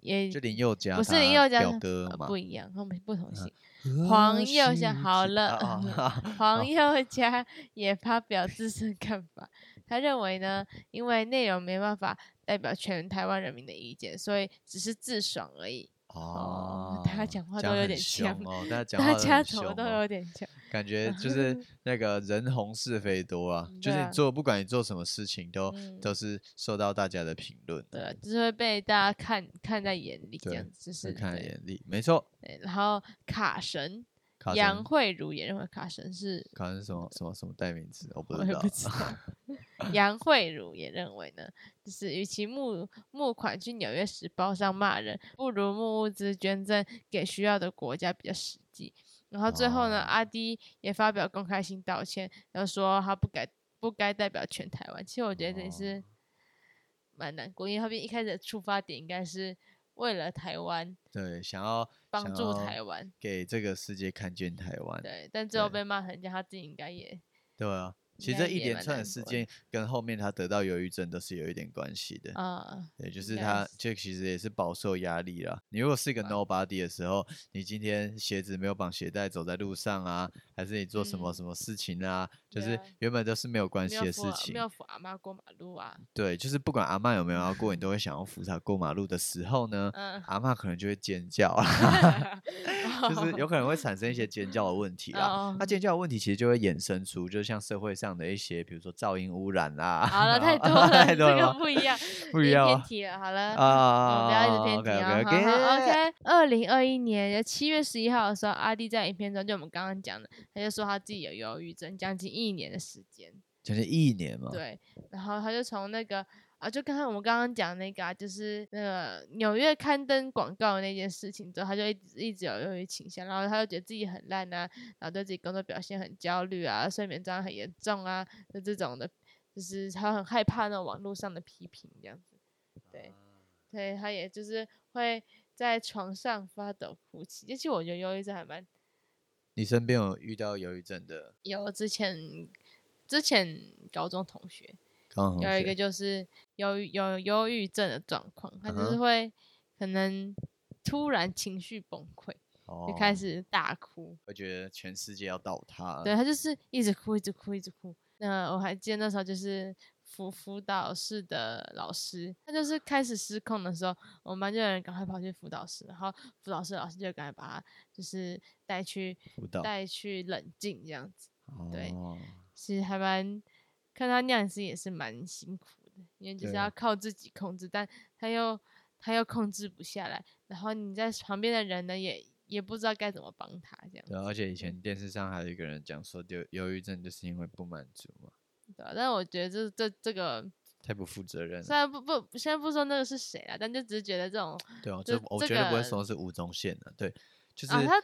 [SPEAKER 2] 也
[SPEAKER 1] 就林宥嘉，
[SPEAKER 2] 不是林宥嘉
[SPEAKER 1] 表
[SPEAKER 2] 是
[SPEAKER 1] 哥
[SPEAKER 2] 呃
[SPEAKER 1] 嘛
[SPEAKER 2] 不，一样，他们不同姓。
[SPEAKER 1] 何
[SPEAKER 2] 黄宥嘉
[SPEAKER 1] 须
[SPEAKER 2] 好
[SPEAKER 1] 知
[SPEAKER 2] 了
[SPEAKER 1] 啊啊
[SPEAKER 2] 黄宥嘉也发表自身看法，他认为呢，因为内容没办法代表全台湾人民的意见，所以只是自爽而已。
[SPEAKER 1] 哦，
[SPEAKER 2] 大家讲话都有
[SPEAKER 1] 很
[SPEAKER 2] 点
[SPEAKER 1] 凶
[SPEAKER 2] 呛
[SPEAKER 1] 哦，大家讲话
[SPEAKER 2] 大
[SPEAKER 1] 都
[SPEAKER 2] 家
[SPEAKER 1] 很
[SPEAKER 2] 头
[SPEAKER 1] 凶
[SPEAKER 2] 都
[SPEAKER 1] 哦
[SPEAKER 2] 有点翘。
[SPEAKER 1] 感觉 就是那个人红是非多啊，
[SPEAKER 2] 嗯
[SPEAKER 1] 就
[SPEAKER 2] 对
[SPEAKER 1] 是
[SPEAKER 2] 啊
[SPEAKER 1] 你做不管你做什么事情都
[SPEAKER 2] 嗯
[SPEAKER 1] 都是受到大家的评论，
[SPEAKER 2] 对啊，就是会被大家看看在眼里，这
[SPEAKER 1] 对
[SPEAKER 2] 样子就是
[SPEAKER 1] 是看在
[SPEAKER 2] 对
[SPEAKER 1] 眼里，没错。
[SPEAKER 2] 对然后卡神
[SPEAKER 1] 卡
[SPEAKER 2] 杨
[SPEAKER 1] 神
[SPEAKER 2] 慧茹也认为卡神是
[SPEAKER 1] 卡神是什么什么什么代名词，我不
[SPEAKER 2] 我
[SPEAKER 1] 知
[SPEAKER 2] 也
[SPEAKER 1] 道啊
[SPEAKER 2] 不。知道。 杨慧茹也认为呢，就是与其募募款去《纽约时报》上骂人，不如募物资捐赠给需要的国家比较实际。然后最后呢，
[SPEAKER 1] 哦
[SPEAKER 2] 阿迪也发表公开信道歉，然后说他不该不该代表全台湾。其实我觉得这也
[SPEAKER 1] 哦
[SPEAKER 2] 是蛮难过，因为他们一开始的出发点应该是为了台湾，
[SPEAKER 1] 对，想要
[SPEAKER 2] 帮
[SPEAKER 1] 想
[SPEAKER 2] 助
[SPEAKER 1] 要
[SPEAKER 2] 台湾，
[SPEAKER 1] 给这个世界看见台湾。
[SPEAKER 2] 对，但最后
[SPEAKER 1] 对
[SPEAKER 2] 被骂成这样，他自己应该也
[SPEAKER 1] 对啊，其
[SPEAKER 2] 应
[SPEAKER 1] 实
[SPEAKER 2] 该
[SPEAKER 1] 这一
[SPEAKER 2] 也
[SPEAKER 1] 连
[SPEAKER 2] 蛮
[SPEAKER 1] 串的
[SPEAKER 2] 难
[SPEAKER 1] 事
[SPEAKER 2] 过的
[SPEAKER 1] 件跟后面他得到忧郁症都是有一点关系的。
[SPEAKER 2] 啊、
[SPEAKER 1] 对，就
[SPEAKER 2] 应
[SPEAKER 1] 是
[SPEAKER 2] 该
[SPEAKER 1] 他
[SPEAKER 2] 是，
[SPEAKER 1] 这其实也是饱受压力啦。你如果是一个 nobody 的时候，你今天鞋子没有绑鞋带，走在路上啊，还是你做什么
[SPEAKER 2] 嗯
[SPEAKER 1] 什么事情啊，就
[SPEAKER 2] 对
[SPEAKER 1] 是
[SPEAKER 2] 啊
[SPEAKER 1] 原本都是没有关
[SPEAKER 2] 没
[SPEAKER 1] 系
[SPEAKER 2] 有
[SPEAKER 1] 的
[SPEAKER 2] 扶
[SPEAKER 1] 事
[SPEAKER 2] 啊
[SPEAKER 1] 情
[SPEAKER 2] 没，有扶阿妈过马路啊，
[SPEAKER 1] 对，就是不管阿嬷有没有要过，你都会想要扶她过马路的时候 呢，
[SPEAKER 2] 嗯。
[SPEAKER 1] 阿嬷可能就会尖叫 啊，就是有可能会产生一些尖叫的问 题啦。那
[SPEAKER 2] 哦
[SPEAKER 1] 尖叫的问题其实就会衍生出，就像社会上的一些，比如说噪音污染啦，
[SPEAKER 2] 好了，
[SPEAKER 1] 然
[SPEAKER 2] 太
[SPEAKER 1] 后
[SPEAKER 2] 多了，
[SPEAKER 1] 太
[SPEAKER 2] 这
[SPEAKER 1] 多
[SPEAKER 2] 个
[SPEAKER 1] 了吗，
[SPEAKER 2] 不一样，
[SPEAKER 1] 不一
[SPEAKER 2] 你
[SPEAKER 1] 样
[SPEAKER 2] 偏
[SPEAKER 1] 吗
[SPEAKER 2] 题了。好了，
[SPEAKER 1] 啊，
[SPEAKER 2] 我们不要一直偏题啊。
[SPEAKER 1] OK
[SPEAKER 2] 好好
[SPEAKER 1] OK
[SPEAKER 2] ，OK。二零二一年的七月十一号的时候，阿弟在影片中，就我们刚刚讲的，他就说他自己有忧郁症，将近一年的时间。
[SPEAKER 1] 将近一年嘛，
[SPEAKER 2] 对，然后他就从那个啊，就刚才我们刚刚讲那个啊，就是那个纽约刊登广告的那件事情之后，他就一直一直有忧郁倾向，然后他就觉得自己很烂啊，然后对自己工作表现很焦虑啊，睡眠障碍很严重啊，就这种的，就是他很害怕那种网络上的批评这样子。对，对他也就是会在床上发抖哭泣，其实我觉得忧郁症还蛮
[SPEAKER 1] 你身边有遇到忧郁症的
[SPEAKER 2] 有之前之前高中同学。
[SPEAKER 1] 高中同
[SPEAKER 2] 有一个
[SPEAKER 1] 学？
[SPEAKER 2] 就是忧郁有忧郁症的状况，他就
[SPEAKER 1] 嗯
[SPEAKER 2] 是
[SPEAKER 1] 哼
[SPEAKER 2] 会可能突然情绪崩溃，
[SPEAKER 1] 哦
[SPEAKER 2] 就开始大哭。
[SPEAKER 1] 会觉得全世界要倒塌。
[SPEAKER 2] 对，他就是一直哭，一直哭，一直哭。那我还记得那时候就是辅辅导室的老师，他就是开始失控的时候，我们班就有人赶快跑去辅导室，然后辅导室老师就赶快把他就是带去
[SPEAKER 1] 辅导
[SPEAKER 2] 带去冷静这样子。对
[SPEAKER 1] 哦
[SPEAKER 2] 其实还蛮看他那样子也是蛮辛苦的，因为就是
[SPEAKER 1] 对
[SPEAKER 2] 要靠自己控制，但他又他又控制不下来，然后你在旁边的人呢也也不知道该怎么帮他这样，
[SPEAKER 1] 对，啊而且以
[SPEAKER 2] 嗯
[SPEAKER 1] 前电视上还有一个人讲说，忧忧郁症就是因为不满足嘛，
[SPEAKER 2] 对吧、但是我觉得这这这个
[SPEAKER 1] 太不负责任
[SPEAKER 2] 虽
[SPEAKER 1] 了。
[SPEAKER 2] 然不不现在不说那个是谁啦，但就只是觉得这种
[SPEAKER 1] 对啊，
[SPEAKER 2] 这
[SPEAKER 1] 这我
[SPEAKER 2] 这
[SPEAKER 1] 绝对不会
[SPEAKER 2] 个
[SPEAKER 1] 说是吴宗宪的，对，就是
[SPEAKER 2] 啊他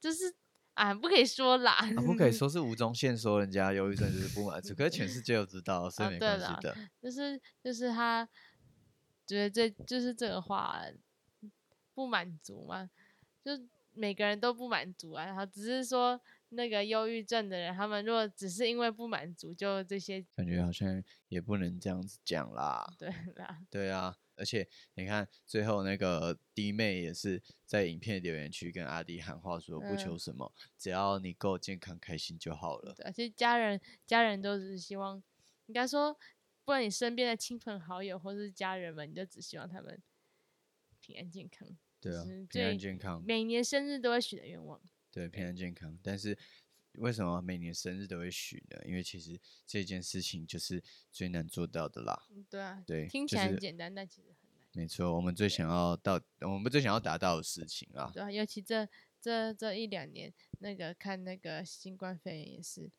[SPEAKER 2] 就是啊不可以说啦，
[SPEAKER 1] 啊不可以 说是吴宗宪说人家忧郁症就是不满足，可是全世界都知道，所以
[SPEAKER 2] 啊
[SPEAKER 1] 没
[SPEAKER 2] 对
[SPEAKER 1] 关
[SPEAKER 2] 啦
[SPEAKER 1] 系的。
[SPEAKER 2] 就是就是他觉得这就是这个话不满足嘛，就每个人都不满足啊，然后只是说那个忧郁症的人，他们如果只是因为不满足，就这些
[SPEAKER 1] 感觉好像也不能这样子讲啦。
[SPEAKER 2] 对啦，
[SPEAKER 1] 对啊，而且你看，最后那个弟妹也是在影片留言区跟阿迪喊话说：“不
[SPEAKER 2] 嗯
[SPEAKER 1] 求什么，只要你够健康开心就好了。
[SPEAKER 2] 对啊，其实家人家人都只是希望，应该说，不然你身边的亲朋好友或是家人们，你就只希望他们平安健康。”
[SPEAKER 1] 对啊
[SPEAKER 2] 是，
[SPEAKER 1] 平安
[SPEAKER 2] 最
[SPEAKER 1] 健康，
[SPEAKER 2] 每年生日都会许的愿望，
[SPEAKER 1] 对平安健康。但是为什么每年生日都会许呢？因为其实这件事情就是最难做到的啦。
[SPEAKER 2] 嗯对啊，
[SPEAKER 1] 对
[SPEAKER 2] 听
[SPEAKER 1] 就
[SPEAKER 2] 起来很
[SPEAKER 1] 是
[SPEAKER 2] 简单，但其实很难。
[SPEAKER 1] 没错，我们最想要到，我们最想要达到的事情啊，
[SPEAKER 2] 对啊，尤其这这这一两年，那个看那个新冠肺炎也是，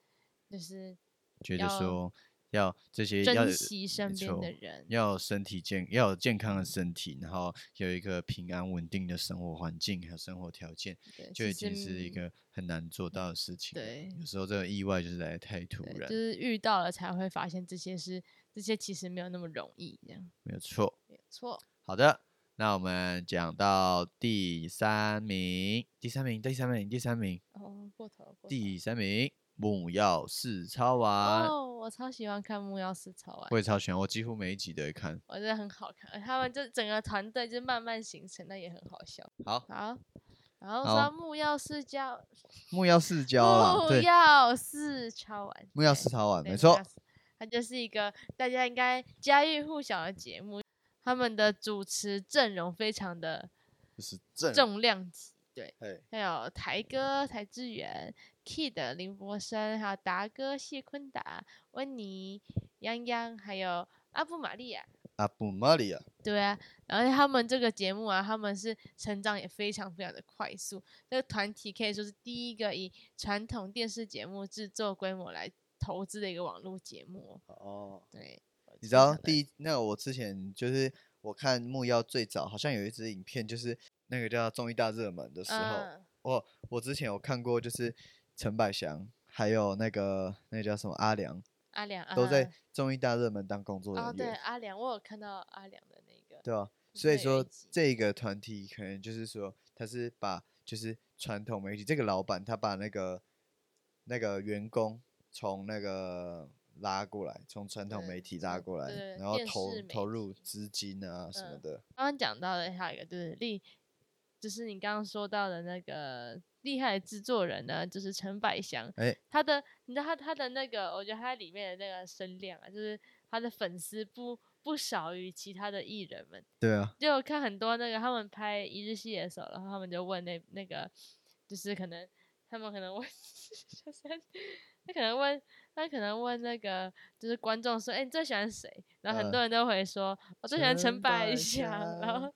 [SPEAKER 2] 就是
[SPEAKER 1] 觉得
[SPEAKER 2] 要
[SPEAKER 1] 说要这些要
[SPEAKER 2] 珍
[SPEAKER 1] 有
[SPEAKER 2] 惜身
[SPEAKER 1] 没
[SPEAKER 2] 边的
[SPEAKER 1] 错
[SPEAKER 2] 人。
[SPEAKER 1] 要有身体健，要有健康的身体，然后有一个平安稳定的生活环境还有生活条件，
[SPEAKER 2] 对，
[SPEAKER 1] 就
[SPEAKER 2] 呃其
[SPEAKER 1] 已
[SPEAKER 2] 实嗯
[SPEAKER 1] 经是一个很难做到的事情了。
[SPEAKER 2] 对
[SPEAKER 1] 有时候这个意外就是来得太突
[SPEAKER 2] 对，
[SPEAKER 1] 然，
[SPEAKER 2] 就是遇到了才会发现这些是这些其实没有那么容易，这样
[SPEAKER 1] 没有错。
[SPEAKER 2] 没有错。
[SPEAKER 1] 好的，那我们讲到第三名，第三名，第三名，第三名，
[SPEAKER 2] 哦，过头了，过头
[SPEAKER 1] 第三名，木曜四超
[SPEAKER 2] 了。
[SPEAKER 1] 玩。
[SPEAKER 2] 哦，我超喜欢看《木曜四超玩
[SPEAKER 1] 我》，也超喜欢，我几乎每一集都会看。
[SPEAKER 2] 我觉得很好看，而他们就整个团队就慢慢形成，那也很好笑。
[SPEAKER 1] 好，
[SPEAKER 2] 好，然后
[SPEAKER 1] 好
[SPEAKER 2] 说木曜四教，
[SPEAKER 1] 木曜四交啦，
[SPEAKER 2] 木
[SPEAKER 1] 对，
[SPEAKER 2] 曜四超玩，
[SPEAKER 1] 木曜
[SPEAKER 2] 对
[SPEAKER 1] 四超玩，
[SPEAKER 2] 对
[SPEAKER 1] 没
[SPEAKER 2] 木
[SPEAKER 1] 错
[SPEAKER 2] 曜，四它就是一个大家应该家喻户晓的节目，他们的主持阵容非常的
[SPEAKER 1] 就是正
[SPEAKER 2] 重量级，对。
[SPEAKER 1] 嘿
[SPEAKER 2] 还有台哥台志远、Kid 林柏森，还有达哥谢坤达、温妮、泱泱，还有阿布玛利亚。
[SPEAKER 1] 阿布玛利亚，
[SPEAKER 2] 对啊，然后他们这个节目啊，他们是成长也非常非常的快速。这个团体可以说是第一个以传统电视节目制作规模来投资的一个网络节目哦。
[SPEAKER 1] 哦，
[SPEAKER 2] 对，我
[SPEAKER 1] 你
[SPEAKER 2] 非
[SPEAKER 1] 知道
[SPEAKER 2] 常地
[SPEAKER 1] 第一那个我之前就是我看木曜最早好像有一支影片，就是那个叫综艺大热门的时候，
[SPEAKER 2] 嗯
[SPEAKER 1] 我我之前有看过，就是陈百祥还有那个那个叫什么阿良
[SPEAKER 2] 阿良
[SPEAKER 1] 都在
[SPEAKER 2] 啊
[SPEAKER 1] 综艺大热门当工作
[SPEAKER 2] 哦，
[SPEAKER 1] 人
[SPEAKER 2] 对
[SPEAKER 1] 员，
[SPEAKER 2] 阿良，我有看到阿良的那个，
[SPEAKER 1] 对吧？
[SPEAKER 2] 就
[SPEAKER 1] 所以
[SPEAKER 2] 是有
[SPEAKER 1] 说
[SPEAKER 2] 一集
[SPEAKER 1] 这个团体可能就是说，他是把就是传统媒体这个老板，他把那个那个员工从那个拉过来，从传统
[SPEAKER 2] 对
[SPEAKER 1] 媒体拉
[SPEAKER 2] 从
[SPEAKER 1] 过来，
[SPEAKER 2] 对对
[SPEAKER 1] 然后
[SPEAKER 2] 电
[SPEAKER 1] 投
[SPEAKER 2] 视
[SPEAKER 1] 投
[SPEAKER 2] 媒
[SPEAKER 1] 入
[SPEAKER 2] 体
[SPEAKER 1] 资金啊什么
[SPEAKER 2] 嗯
[SPEAKER 1] 的，
[SPEAKER 2] 刚刚讲到的还有一个就是厉，就是你刚刚说到的那个厉害的制作人呢，就是陈百祥，
[SPEAKER 1] 哎、
[SPEAKER 2] 他的你知道他他的那个，我觉得他里面的那个声量啊，就是他的粉丝不不少于其他的艺人们。
[SPEAKER 1] 对啊，
[SPEAKER 2] 就我看很多那个他们拍一日系列的时候，然后他们就问那那个，就是可能他们可能问 小三，他可能问他可能问那个就是观众说，哎、你最喜欢谁？然后很多人都会说，我最喜欢
[SPEAKER 1] 嗯陈
[SPEAKER 2] 陈
[SPEAKER 1] 百
[SPEAKER 2] 百祥，
[SPEAKER 1] 祥
[SPEAKER 2] 然后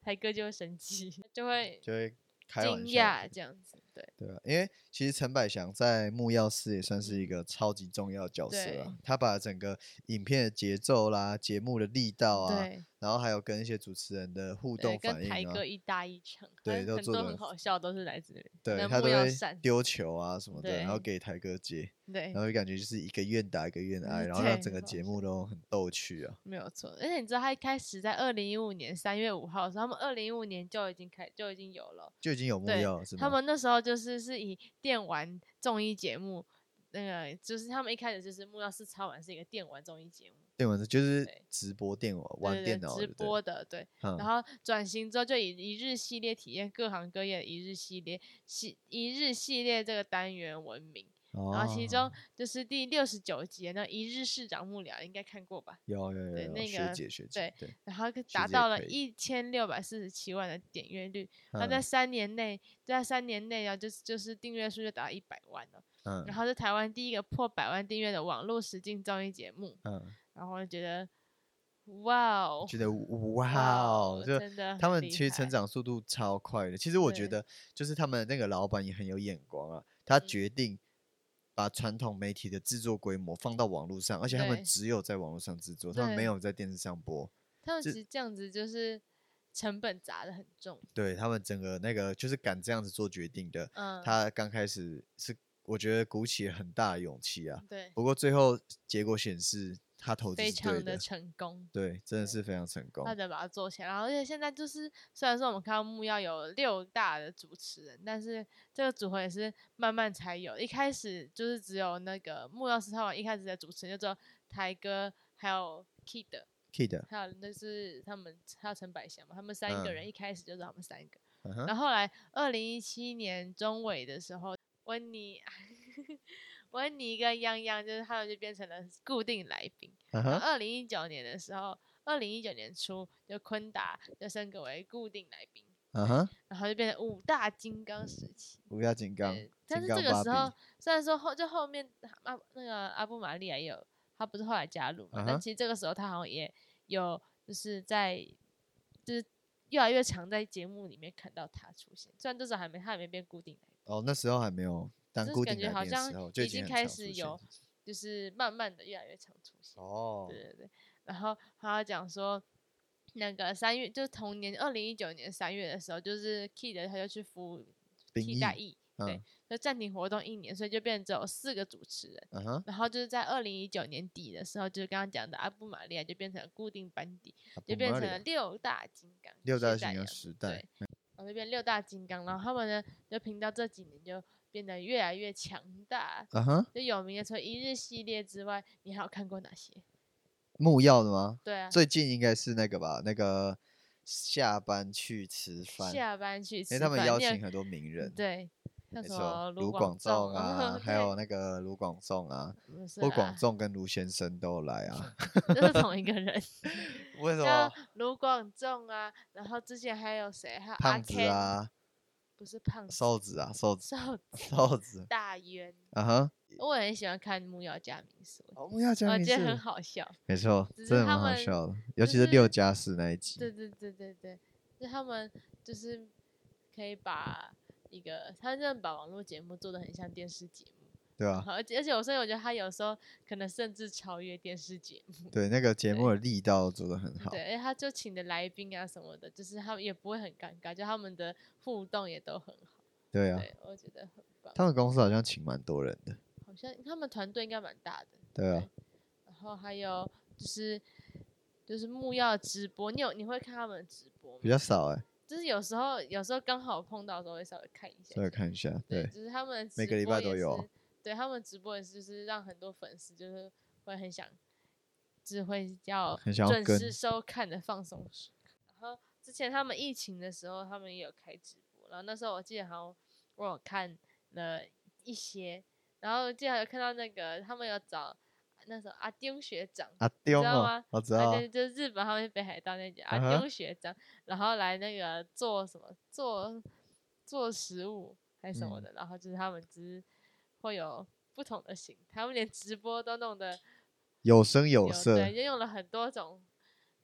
[SPEAKER 2] 台哥就会生气， 就会
[SPEAKER 1] 就会 开
[SPEAKER 2] 惊
[SPEAKER 1] 玩笑，
[SPEAKER 2] 讶这样子，对
[SPEAKER 1] 对啊，因为其实陈百祥在木曜四也算是一个超级重要的角色
[SPEAKER 2] 嗯对
[SPEAKER 1] 了，他把整个影片的节奏啦、节目的力道啊，
[SPEAKER 2] 对
[SPEAKER 1] 然后还有跟一些主持人的互
[SPEAKER 2] 对，
[SPEAKER 1] 动
[SPEAKER 2] 跟
[SPEAKER 1] 反应
[SPEAKER 2] 台
[SPEAKER 1] 啊
[SPEAKER 2] 哥，一搭一唱，
[SPEAKER 1] 对
[SPEAKER 2] 很
[SPEAKER 1] 都
[SPEAKER 2] 很
[SPEAKER 1] 做
[SPEAKER 2] 多
[SPEAKER 1] 得
[SPEAKER 2] 很好笑，都是来自 那边
[SPEAKER 1] 对
[SPEAKER 2] 那
[SPEAKER 1] 他
[SPEAKER 2] 木
[SPEAKER 1] 都
[SPEAKER 2] 曜
[SPEAKER 1] 会
[SPEAKER 2] 扇
[SPEAKER 1] 丢球啊什么的，然后
[SPEAKER 2] 对
[SPEAKER 1] 给台哥接，
[SPEAKER 2] 对
[SPEAKER 1] 然，后就感觉就是一个愿打一个愿
[SPEAKER 2] 嗯
[SPEAKER 1] 挨，然后让
[SPEAKER 2] 对
[SPEAKER 1] 整个
[SPEAKER 2] 很好
[SPEAKER 1] 节目都很逗趣啊。
[SPEAKER 2] 没有错，而且你知道他一开始在二零一五年三月五号的时候，他们二零一五年就已经开就已经有了，
[SPEAKER 1] 就已经有木
[SPEAKER 2] 对
[SPEAKER 1] 曜了，是吗？
[SPEAKER 2] 他们那时候就是是以电玩综艺节目，那个就是他们一开始就是木曜四超玩是一个电玩综艺节目，
[SPEAKER 1] 电玩就是
[SPEAKER 2] 对
[SPEAKER 1] 直播电玩，
[SPEAKER 2] 对
[SPEAKER 1] 玩
[SPEAKER 2] 对
[SPEAKER 1] 电
[SPEAKER 2] 对
[SPEAKER 1] 脑对
[SPEAKER 2] 直
[SPEAKER 1] 不对
[SPEAKER 2] 播的，对，
[SPEAKER 1] 嗯
[SPEAKER 2] 然后转型之后就以一日系列体验各行各业的一日系列系一日系列这个单元闻名，然后其
[SPEAKER 1] 哦
[SPEAKER 2] 中就是第六十九集的那一日市长幕僚应该看过吧？
[SPEAKER 1] 有有有
[SPEAKER 2] 对
[SPEAKER 1] 有
[SPEAKER 2] 那
[SPEAKER 1] 学
[SPEAKER 2] 个
[SPEAKER 1] 姐学姐对，
[SPEAKER 2] 然后
[SPEAKER 1] 学
[SPEAKER 2] 达
[SPEAKER 1] 姐
[SPEAKER 2] 到了
[SPEAKER 1] 可
[SPEAKER 2] 一千六百四十七万的点阅率，他在
[SPEAKER 1] 嗯
[SPEAKER 2] 三年内，在三年内啊，就是就是订阅数就达到一百万了，
[SPEAKER 1] 嗯
[SPEAKER 2] 然后是台湾第一个破百万订阅的网络实境综艺节目，
[SPEAKER 1] 嗯，
[SPEAKER 2] 然后我就觉得，哇哦，
[SPEAKER 1] 觉得哇哦，就
[SPEAKER 2] 真的
[SPEAKER 1] 他
[SPEAKER 2] 很
[SPEAKER 1] 们
[SPEAKER 2] 厉
[SPEAKER 1] 其实成
[SPEAKER 2] 害
[SPEAKER 1] 长速度超快的。其实我觉
[SPEAKER 2] 对
[SPEAKER 1] 得，就是他们那个老板也很有眼光啊，他
[SPEAKER 2] 嗯
[SPEAKER 1] 决定把传统媒体的制作规模放到网络上，而且他们
[SPEAKER 2] 对
[SPEAKER 1] 只有在网络上制作，他们没
[SPEAKER 2] 对
[SPEAKER 1] 有在电视上播。
[SPEAKER 2] 他们
[SPEAKER 1] 这
[SPEAKER 2] 其实这样子就是成本砸的很重，
[SPEAKER 1] 对他们整个那个就是敢这样子做决定的，
[SPEAKER 2] 嗯，
[SPEAKER 1] 他刚开始是我觉得鼓起了很大的勇气啊。
[SPEAKER 2] 对，
[SPEAKER 1] 不过最后结果显示，他投资
[SPEAKER 2] 嗯非
[SPEAKER 1] 是对
[SPEAKER 2] 常
[SPEAKER 1] 的
[SPEAKER 2] 的，成功，
[SPEAKER 1] 对，真的
[SPEAKER 2] 对
[SPEAKER 1] 是非常成功
[SPEAKER 2] 他。得把它做起来。然后，而且现在就是，虽然说我们看到木曜有六大的主持人，但是这个组合也是慢慢才有。一开始就是只有那个木曜十三晚一开始的主持人就只有台哥，还有 Kid，
[SPEAKER 1] Kid，
[SPEAKER 2] 还有那是他们还有陈百祥嘛，他们三个人一开始就是他们三个。
[SPEAKER 1] 嗯哼
[SPEAKER 2] 然后后来二零一七年中尾的时候，温妮。 温妮跟泱泱就是他们就变成了固定来宾，
[SPEAKER 1] 嗯
[SPEAKER 2] 然
[SPEAKER 1] 哼，
[SPEAKER 2] 后二零一九年的时候，二零一九年初就昆达就升格为固定来宾，
[SPEAKER 1] 嗯 哼，
[SPEAKER 2] 然后就变成五大金刚时期。
[SPEAKER 1] 五大啊金刚
[SPEAKER 2] 对，，但
[SPEAKER 1] 金
[SPEAKER 2] 是
[SPEAKER 1] 刚
[SPEAKER 2] 这个
[SPEAKER 1] 芭
[SPEAKER 2] 时
[SPEAKER 1] 比
[SPEAKER 2] 候，虽然说后就后面阿、那个阿布玛利亚也有，他不是后来加入嘛
[SPEAKER 1] 啊哈
[SPEAKER 2] 但其实这个时候他好像也有就是在就是越来越常在节目里面看到他出现，虽然这时候还没他还没变固定来宾。
[SPEAKER 1] 哦，那时候还没有当
[SPEAKER 2] 就是
[SPEAKER 1] 固
[SPEAKER 2] 感
[SPEAKER 1] 定
[SPEAKER 2] 觉
[SPEAKER 1] 来
[SPEAKER 2] 好
[SPEAKER 1] 宾的时
[SPEAKER 2] 像
[SPEAKER 1] 候，就
[SPEAKER 2] 已
[SPEAKER 1] 经
[SPEAKER 2] 经
[SPEAKER 1] 很
[SPEAKER 2] 开
[SPEAKER 1] 常出
[SPEAKER 2] 始
[SPEAKER 1] 现
[SPEAKER 2] 有就是慢慢的越来越常出现。
[SPEAKER 1] 哦
[SPEAKER 2] 对对对。然后他讲说，那个三月就是同年二零一九年三月的时候，就是 Kid 他就去服
[SPEAKER 1] 兵
[SPEAKER 2] 替代
[SPEAKER 1] 役
[SPEAKER 2] 役，对
[SPEAKER 1] 嗯
[SPEAKER 2] 就暂停活动一年，所以就变成只有四个主持人。
[SPEAKER 1] 嗯哼，
[SPEAKER 2] 然后就是在二零一九年底的时候，就是刚刚讲的阿布玛利亚就变成了固定班底，
[SPEAKER 1] 哦
[SPEAKER 2] 就
[SPEAKER 1] 啊
[SPEAKER 2] 变成了六大金刚。
[SPEAKER 1] 六大嗯
[SPEAKER 2] 现
[SPEAKER 1] 型
[SPEAKER 2] 在
[SPEAKER 1] 有
[SPEAKER 2] 有
[SPEAKER 1] 时代
[SPEAKER 2] 对，然后就变六大金刚，然后他们呢就凭到这几年就变得越来越强大。
[SPEAKER 1] 嗯哼，
[SPEAKER 2] 就有名的除了一日系列之外，你还有看过哪些？
[SPEAKER 1] 木曜的吗？
[SPEAKER 2] 对啊，
[SPEAKER 1] 最近应该是那个吧，那个下班去吃饭，因
[SPEAKER 2] 下班去吃
[SPEAKER 1] 为
[SPEAKER 2] 饭，
[SPEAKER 1] 他们邀
[SPEAKER 2] 你有嗯
[SPEAKER 1] 请很多名人，
[SPEAKER 2] 对，像
[SPEAKER 1] 没
[SPEAKER 2] 什么
[SPEAKER 1] 错，卢
[SPEAKER 2] 广
[SPEAKER 1] 广仲
[SPEAKER 2] 仲
[SPEAKER 1] 啊，还有那个卢广仲啊，
[SPEAKER 2] 不
[SPEAKER 1] 或广，仲跟卢先生都有来 啊。
[SPEAKER 2] 这是同一个 人，
[SPEAKER 1] 为什
[SPEAKER 2] 像
[SPEAKER 1] 么？
[SPEAKER 2] 卢广仲啊，然后之前还有谁？还有阿
[SPEAKER 1] 胖子
[SPEAKER 2] Ken，
[SPEAKER 1] 啊，
[SPEAKER 2] 不是胖子，
[SPEAKER 1] 瘦子啊，瘦子，
[SPEAKER 2] 瘦子
[SPEAKER 1] 瘦子，
[SPEAKER 2] 大渊，
[SPEAKER 1] 啊哈。
[SPEAKER 2] 我很喜欢看木曜加民宿，
[SPEAKER 1] 哦，木曜
[SPEAKER 2] 我
[SPEAKER 1] 家明
[SPEAKER 2] 觉得很
[SPEAKER 1] 是，
[SPEAKER 2] 好笑。
[SPEAKER 1] 没错，
[SPEAKER 2] 只
[SPEAKER 1] 真的
[SPEAKER 2] 是
[SPEAKER 1] 蛮
[SPEAKER 2] 他
[SPEAKER 1] 好
[SPEAKER 2] 们
[SPEAKER 1] 笑的，尤
[SPEAKER 2] 就
[SPEAKER 1] 其是六
[SPEAKER 2] 是
[SPEAKER 1] 加四那一集。
[SPEAKER 2] 对对对对对，就他们就是可以把一个，他真的把网络节目做的很像电视节目，
[SPEAKER 1] 对
[SPEAKER 2] 然
[SPEAKER 1] 吧？
[SPEAKER 2] 后而且而且我所以我觉得他有时候可能甚至超越电视节目，
[SPEAKER 1] 对，那个节
[SPEAKER 2] 对
[SPEAKER 1] 目的力道做得很好。
[SPEAKER 2] 对，而且他就请的来宾啊什么的，就是他们也不会很尴尬，就他们的互动也都很好，
[SPEAKER 1] 对啊，
[SPEAKER 2] 对我觉得很棒，
[SPEAKER 1] 他们公司好像请蛮多人的。
[SPEAKER 2] 好像他们团队应该蛮大的，
[SPEAKER 1] 对啊，
[SPEAKER 2] 然后还有就是就是木曜直播，你有你会看他们的直播
[SPEAKER 1] 比
[SPEAKER 2] 吗？
[SPEAKER 1] 较少哎，
[SPEAKER 2] 就是有时候有时候刚好碰到的时候会稍微看一下
[SPEAKER 1] 稍，微看一下。
[SPEAKER 2] 对，
[SPEAKER 1] 对，
[SPEAKER 2] 就是他们
[SPEAKER 1] 每
[SPEAKER 2] 直
[SPEAKER 1] 个礼
[SPEAKER 2] 播
[SPEAKER 1] 拜都
[SPEAKER 2] 也
[SPEAKER 1] 有
[SPEAKER 2] 是
[SPEAKER 1] 啊。
[SPEAKER 2] 对他们直播也是，就是让很多粉丝就是会很想，就是会要
[SPEAKER 1] 很想要
[SPEAKER 2] 准时
[SPEAKER 1] 跟
[SPEAKER 2] 收看的放松时刻。然后之前他们疫情的时候，他们也有开直播，然后那时候我记得好像我有看了一些，然后记得有看到那个他们有找那时候阿丁学长。
[SPEAKER 1] 阿丢
[SPEAKER 2] 道
[SPEAKER 1] 哦
[SPEAKER 2] 吗，
[SPEAKER 1] 我知
[SPEAKER 2] 啊，
[SPEAKER 1] 道啊
[SPEAKER 2] 对，就是日本他们北海道那家
[SPEAKER 1] 啊哈
[SPEAKER 2] 阿丢学长，然后来那个做什么做做食物还是什么
[SPEAKER 1] 嗯
[SPEAKER 2] 的，然后就是他们只是会有不同的形态，他们连直播都弄得
[SPEAKER 1] 有声有
[SPEAKER 2] 有
[SPEAKER 1] 色，
[SPEAKER 2] 对，就用了很多种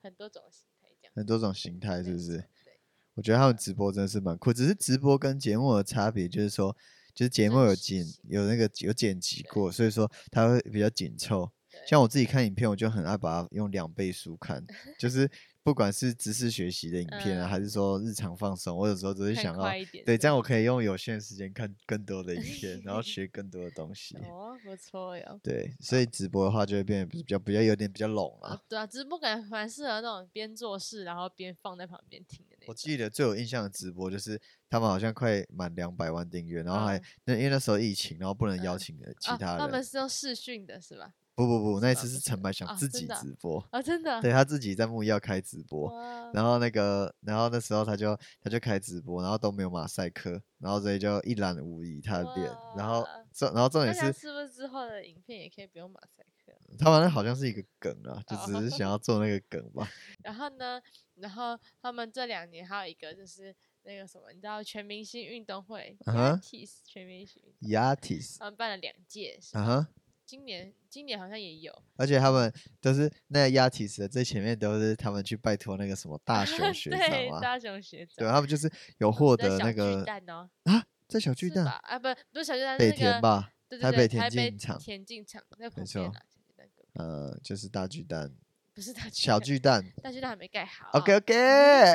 [SPEAKER 2] 很多种形态这样，
[SPEAKER 1] 很多种形态，是
[SPEAKER 2] 没
[SPEAKER 1] 不是
[SPEAKER 2] 错？？对，
[SPEAKER 1] 我觉得他们直播真的是蛮酷，只是直播跟节目的差别就是说，就是节
[SPEAKER 2] 真
[SPEAKER 1] 目有
[SPEAKER 2] 实
[SPEAKER 1] 剪
[SPEAKER 2] 性
[SPEAKER 1] 有那个有剪辑
[SPEAKER 2] 对
[SPEAKER 1] 过，所以说它会比较紧凑。
[SPEAKER 2] 对
[SPEAKER 1] 像我自己看影片，我就很爱把它用两倍速看， 就是不管是知识学习的影片啊，还是说日常放松，我有时候只是
[SPEAKER 2] 嗯看
[SPEAKER 1] 想要
[SPEAKER 2] 快一点，
[SPEAKER 1] 对，这样我
[SPEAKER 2] 我
[SPEAKER 1] 可以用有限的时间看更多的影片，然后 学更多的东西。
[SPEAKER 2] 哦，嗯不错哟。
[SPEAKER 1] 对，所以直播的话就会变得比较比较有点比较拢
[SPEAKER 2] 哦
[SPEAKER 1] 啊。
[SPEAKER 2] 对啊，直播感觉蛮适合那种边做事然后边放在旁边听的那种。
[SPEAKER 1] 我记得最有印象的直播就是他们好像快满两百万订阅，然后还、
[SPEAKER 2] 嗯
[SPEAKER 1] 那因为那时候疫情，然后不能邀
[SPEAKER 2] 嗯
[SPEAKER 1] 请的其
[SPEAKER 2] 啊
[SPEAKER 1] 他
[SPEAKER 2] 他
[SPEAKER 1] 人。
[SPEAKER 2] 们是用视讯的是吧？
[SPEAKER 1] 不不不，那一
[SPEAKER 2] 吧
[SPEAKER 1] 次
[SPEAKER 2] 不
[SPEAKER 1] 是
[SPEAKER 2] 是
[SPEAKER 1] 陈百祥
[SPEAKER 2] 啊
[SPEAKER 1] 自
[SPEAKER 2] 真
[SPEAKER 1] 己
[SPEAKER 2] 的啊哦
[SPEAKER 1] 直播，
[SPEAKER 2] 啊，真的啊。
[SPEAKER 1] 对他自己在木曜开直播，
[SPEAKER 2] 哇。
[SPEAKER 1] 然后那个然后那时候他就他就开直播，然后都没有马赛克，然后所以就一览无遗他的脸，然后
[SPEAKER 2] 哇
[SPEAKER 1] 重然后重
[SPEAKER 2] 大
[SPEAKER 1] 点
[SPEAKER 2] 家
[SPEAKER 1] 是
[SPEAKER 2] 是不是之后的影片也可以不用马赛克？
[SPEAKER 1] 他们好像是一个梗啊，就只
[SPEAKER 2] 哦
[SPEAKER 1] 是想要做那个梗吧。
[SPEAKER 2] 然后呢，然后他们这两年还有一个就是那个什么，你知道全明星运动会
[SPEAKER 1] 嗯哼
[SPEAKER 2] t i s 全明星运动
[SPEAKER 1] Yatis，
[SPEAKER 2] 他们办了两届，是
[SPEAKER 1] 啊哈。
[SPEAKER 2] 今年今年好像也有，
[SPEAKER 1] 而且他们都是那个亚提斯的最前面都是他们去拜托那个什么大熊学
[SPEAKER 2] 对
[SPEAKER 1] 长嘛，
[SPEAKER 2] 大雄学
[SPEAKER 1] 对，
[SPEAKER 2] 长，
[SPEAKER 1] 他们就是有获
[SPEAKER 2] 在
[SPEAKER 1] 得
[SPEAKER 2] 小
[SPEAKER 1] 那
[SPEAKER 2] 巨
[SPEAKER 1] 个
[SPEAKER 2] 蛋哦
[SPEAKER 1] 啊，在小巨
[SPEAKER 2] 是
[SPEAKER 1] 蛋
[SPEAKER 2] 吧啊，不不是小巨蛋，是
[SPEAKER 1] 北
[SPEAKER 2] 那
[SPEAKER 1] 田
[SPEAKER 2] 个，
[SPEAKER 1] 吧，
[SPEAKER 2] 对对
[SPEAKER 1] 台
[SPEAKER 2] 对
[SPEAKER 1] 北田
[SPEAKER 2] 台北
[SPEAKER 1] 径场，
[SPEAKER 2] 田径场在旁
[SPEAKER 1] 错
[SPEAKER 2] 边啊，小巨蛋隔壁
[SPEAKER 1] 呃，就是大巨蛋，
[SPEAKER 2] 不是大巨
[SPEAKER 1] 小
[SPEAKER 2] 蛋
[SPEAKER 1] 巨蛋
[SPEAKER 2] 大巨蛋还没盖好
[SPEAKER 1] ，OK OK